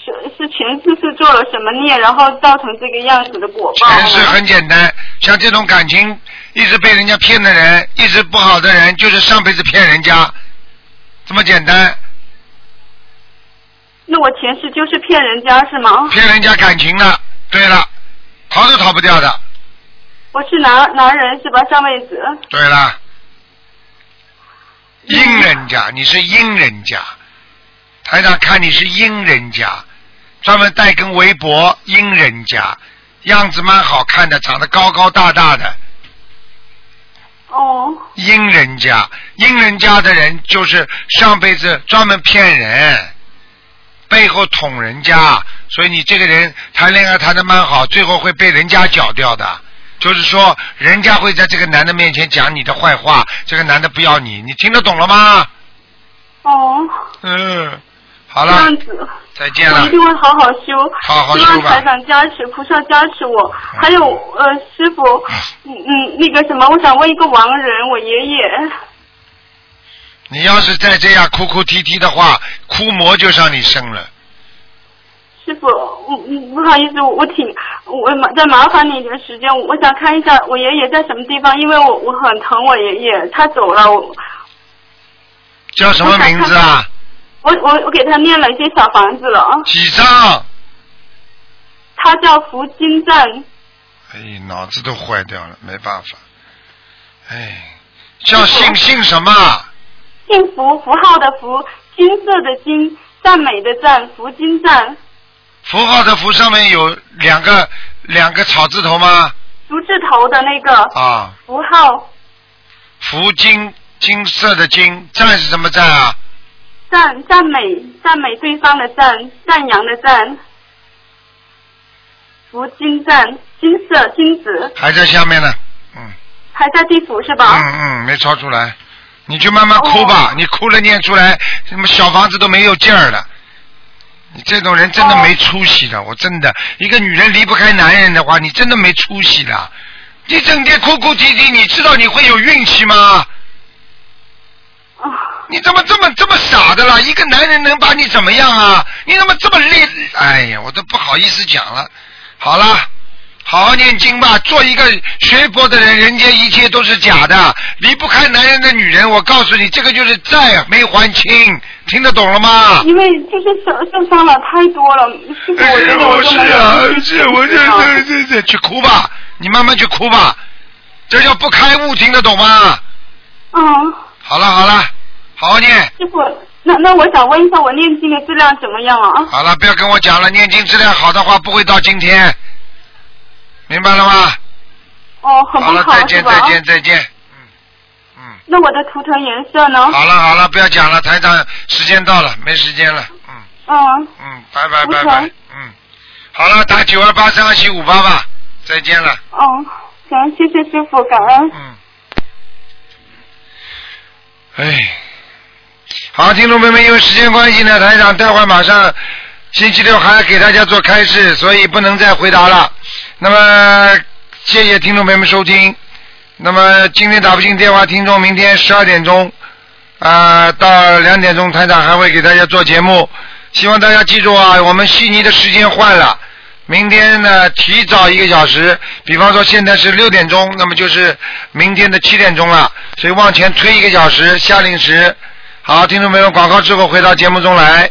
Speaker 7: 是是前世是做了什么孽，然后造成这个样子的果报？
Speaker 1: 前世很简单，像这种感情一直被人家骗的人，一直不好的人，就是上辈子骗人家，这么简单，
Speaker 7: 那我前世就是骗人家是吗？
Speaker 1: 骗人家感情了。对了，逃都逃不掉的。
Speaker 7: 我是男男人是吧？上辈子
Speaker 1: 对了，阴人家，你是阴人家，台长看你是阴人家，专门戴根围脖，阴人家，样子蛮好看的，长得高高大大的，
Speaker 7: 哦
Speaker 1: 阴人家，阴人家的人就是上辈子专门骗人，背后捅人家，所以你这个人谈恋爱谈的蛮好，最后会被人家搅掉的。就是说，人家会在这个男的面前讲你的坏话，这个男的不要你，你听得懂了吗？
Speaker 7: 哦，
Speaker 1: 嗯，好
Speaker 7: 这
Speaker 1: 了
Speaker 7: 样，子。
Speaker 1: 再见
Speaker 7: 我
Speaker 1: 了
Speaker 7: 一。定会好好修，
Speaker 1: 好好修
Speaker 7: 希望
Speaker 1: 吧嗯
Speaker 7: 台长加持，菩萨加持我。还有呃，师傅，嗯嗯，那个什么，我想问一个亡人，我爷爷。
Speaker 1: 你要是再这样哭哭啼啼的话，哭魔就上你身了。
Speaker 7: 师傅，我嗯不好意思，我我挺我麻再麻烦你一点时间，我我想看一下我爷爷在什么地方，因为我我很疼我爷爷，他走了，我
Speaker 1: 叫什么名字啊？
Speaker 7: 我我我给他念了一些小房子了啊，
Speaker 1: 几张？
Speaker 7: 他叫福金赞，
Speaker 1: 哎，脑子都坏掉了，没办法。哎，叫姓姓什么啊？
Speaker 7: 幸福符号的福，金色的金，赞美的赞，福金赞，
Speaker 1: 符号的符上面有两个两个草字头吗？
Speaker 7: 竹字头的那个
Speaker 1: 啊，
Speaker 7: 符号
Speaker 1: 福金金色的金，赞是什么赞啊？
Speaker 7: 赞赞美赞美对方的赞，赞扬的赞，福金赞，金色金子
Speaker 1: 还在下面呢。
Speaker 7: 还在地府是吧？
Speaker 1: 嗯嗯，没抄出来。你就慢慢哭吧，你哭了念出来，什么小房子都没有劲儿了。你这种人真的没出息的，我真的，一个女人离不开男人的话，你真的没出息的。你整天哭哭啼啼，你知道你会有运气吗？你怎么这么这么傻的啦？一个男人能把你怎么样啊？你怎么这么累？哎呀，我都不好意思讲了。好了，好好念经吧，做一个学佛的人，人间一切都是假的，离不开男人的女人。我告诉你，这个就是债没还清，听得懂了吗？
Speaker 7: 因为就是受受伤了太多了，师傅，我觉得我都
Speaker 1: 啊
Speaker 7: 没有。
Speaker 1: 这这这啊去哭吧，你慢慢去哭吧，这叫不开悟，听得懂吗？
Speaker 7: 嗯，
Speaker 1: 好了好了，好好念，
Speaker 7: 师傅，那那我想问一下，我念经的质量怎么样啊？
Speaker 1: 好了，不要跟我讲了，念经质量好的话不会到今天，明白了吗？
Speaker 7: 哦，很不
Speaker 1: 好了，再
Speaker 7: 是
Speaker 1: 见
Speaker 7: 吧？
Speaker 1: 再见再见，
Speaker 7: 那我的图腾颜色呢？
Speaker 1: 好了好了，不要讲了，台长时间到了，没时间了，
Speaker 7: 嗯，
Speaker 1: 嗯，拜拜
Speaker 7: 图
Speaker 1: 拜
Speaker 7: 腾，
Speaker 1: 拜，嗯，好了，打九二八三二七五八吧，再见了。
Speaker 7: 哦，行，谢谢师傅，感恩。
Speaker 1: 哎，好，听众朋友们，因为时间关系呢，台长待会儿马上星期六还要给大家做开示，所以不能再回答了。那么谢谢听众朋友们收听。那么今天打不进电话，听众明天十二点钟啊、到两点钟，台长还会给大家做节目。希望大家记住啊，我们悉尼的时间换了。明天呢，提早一个小时，比方说现在是六点钟，那么就是明天的七点钟了，所以往前推一个小时，夏令时。好，听众朋友们，广告之后回到节目中来。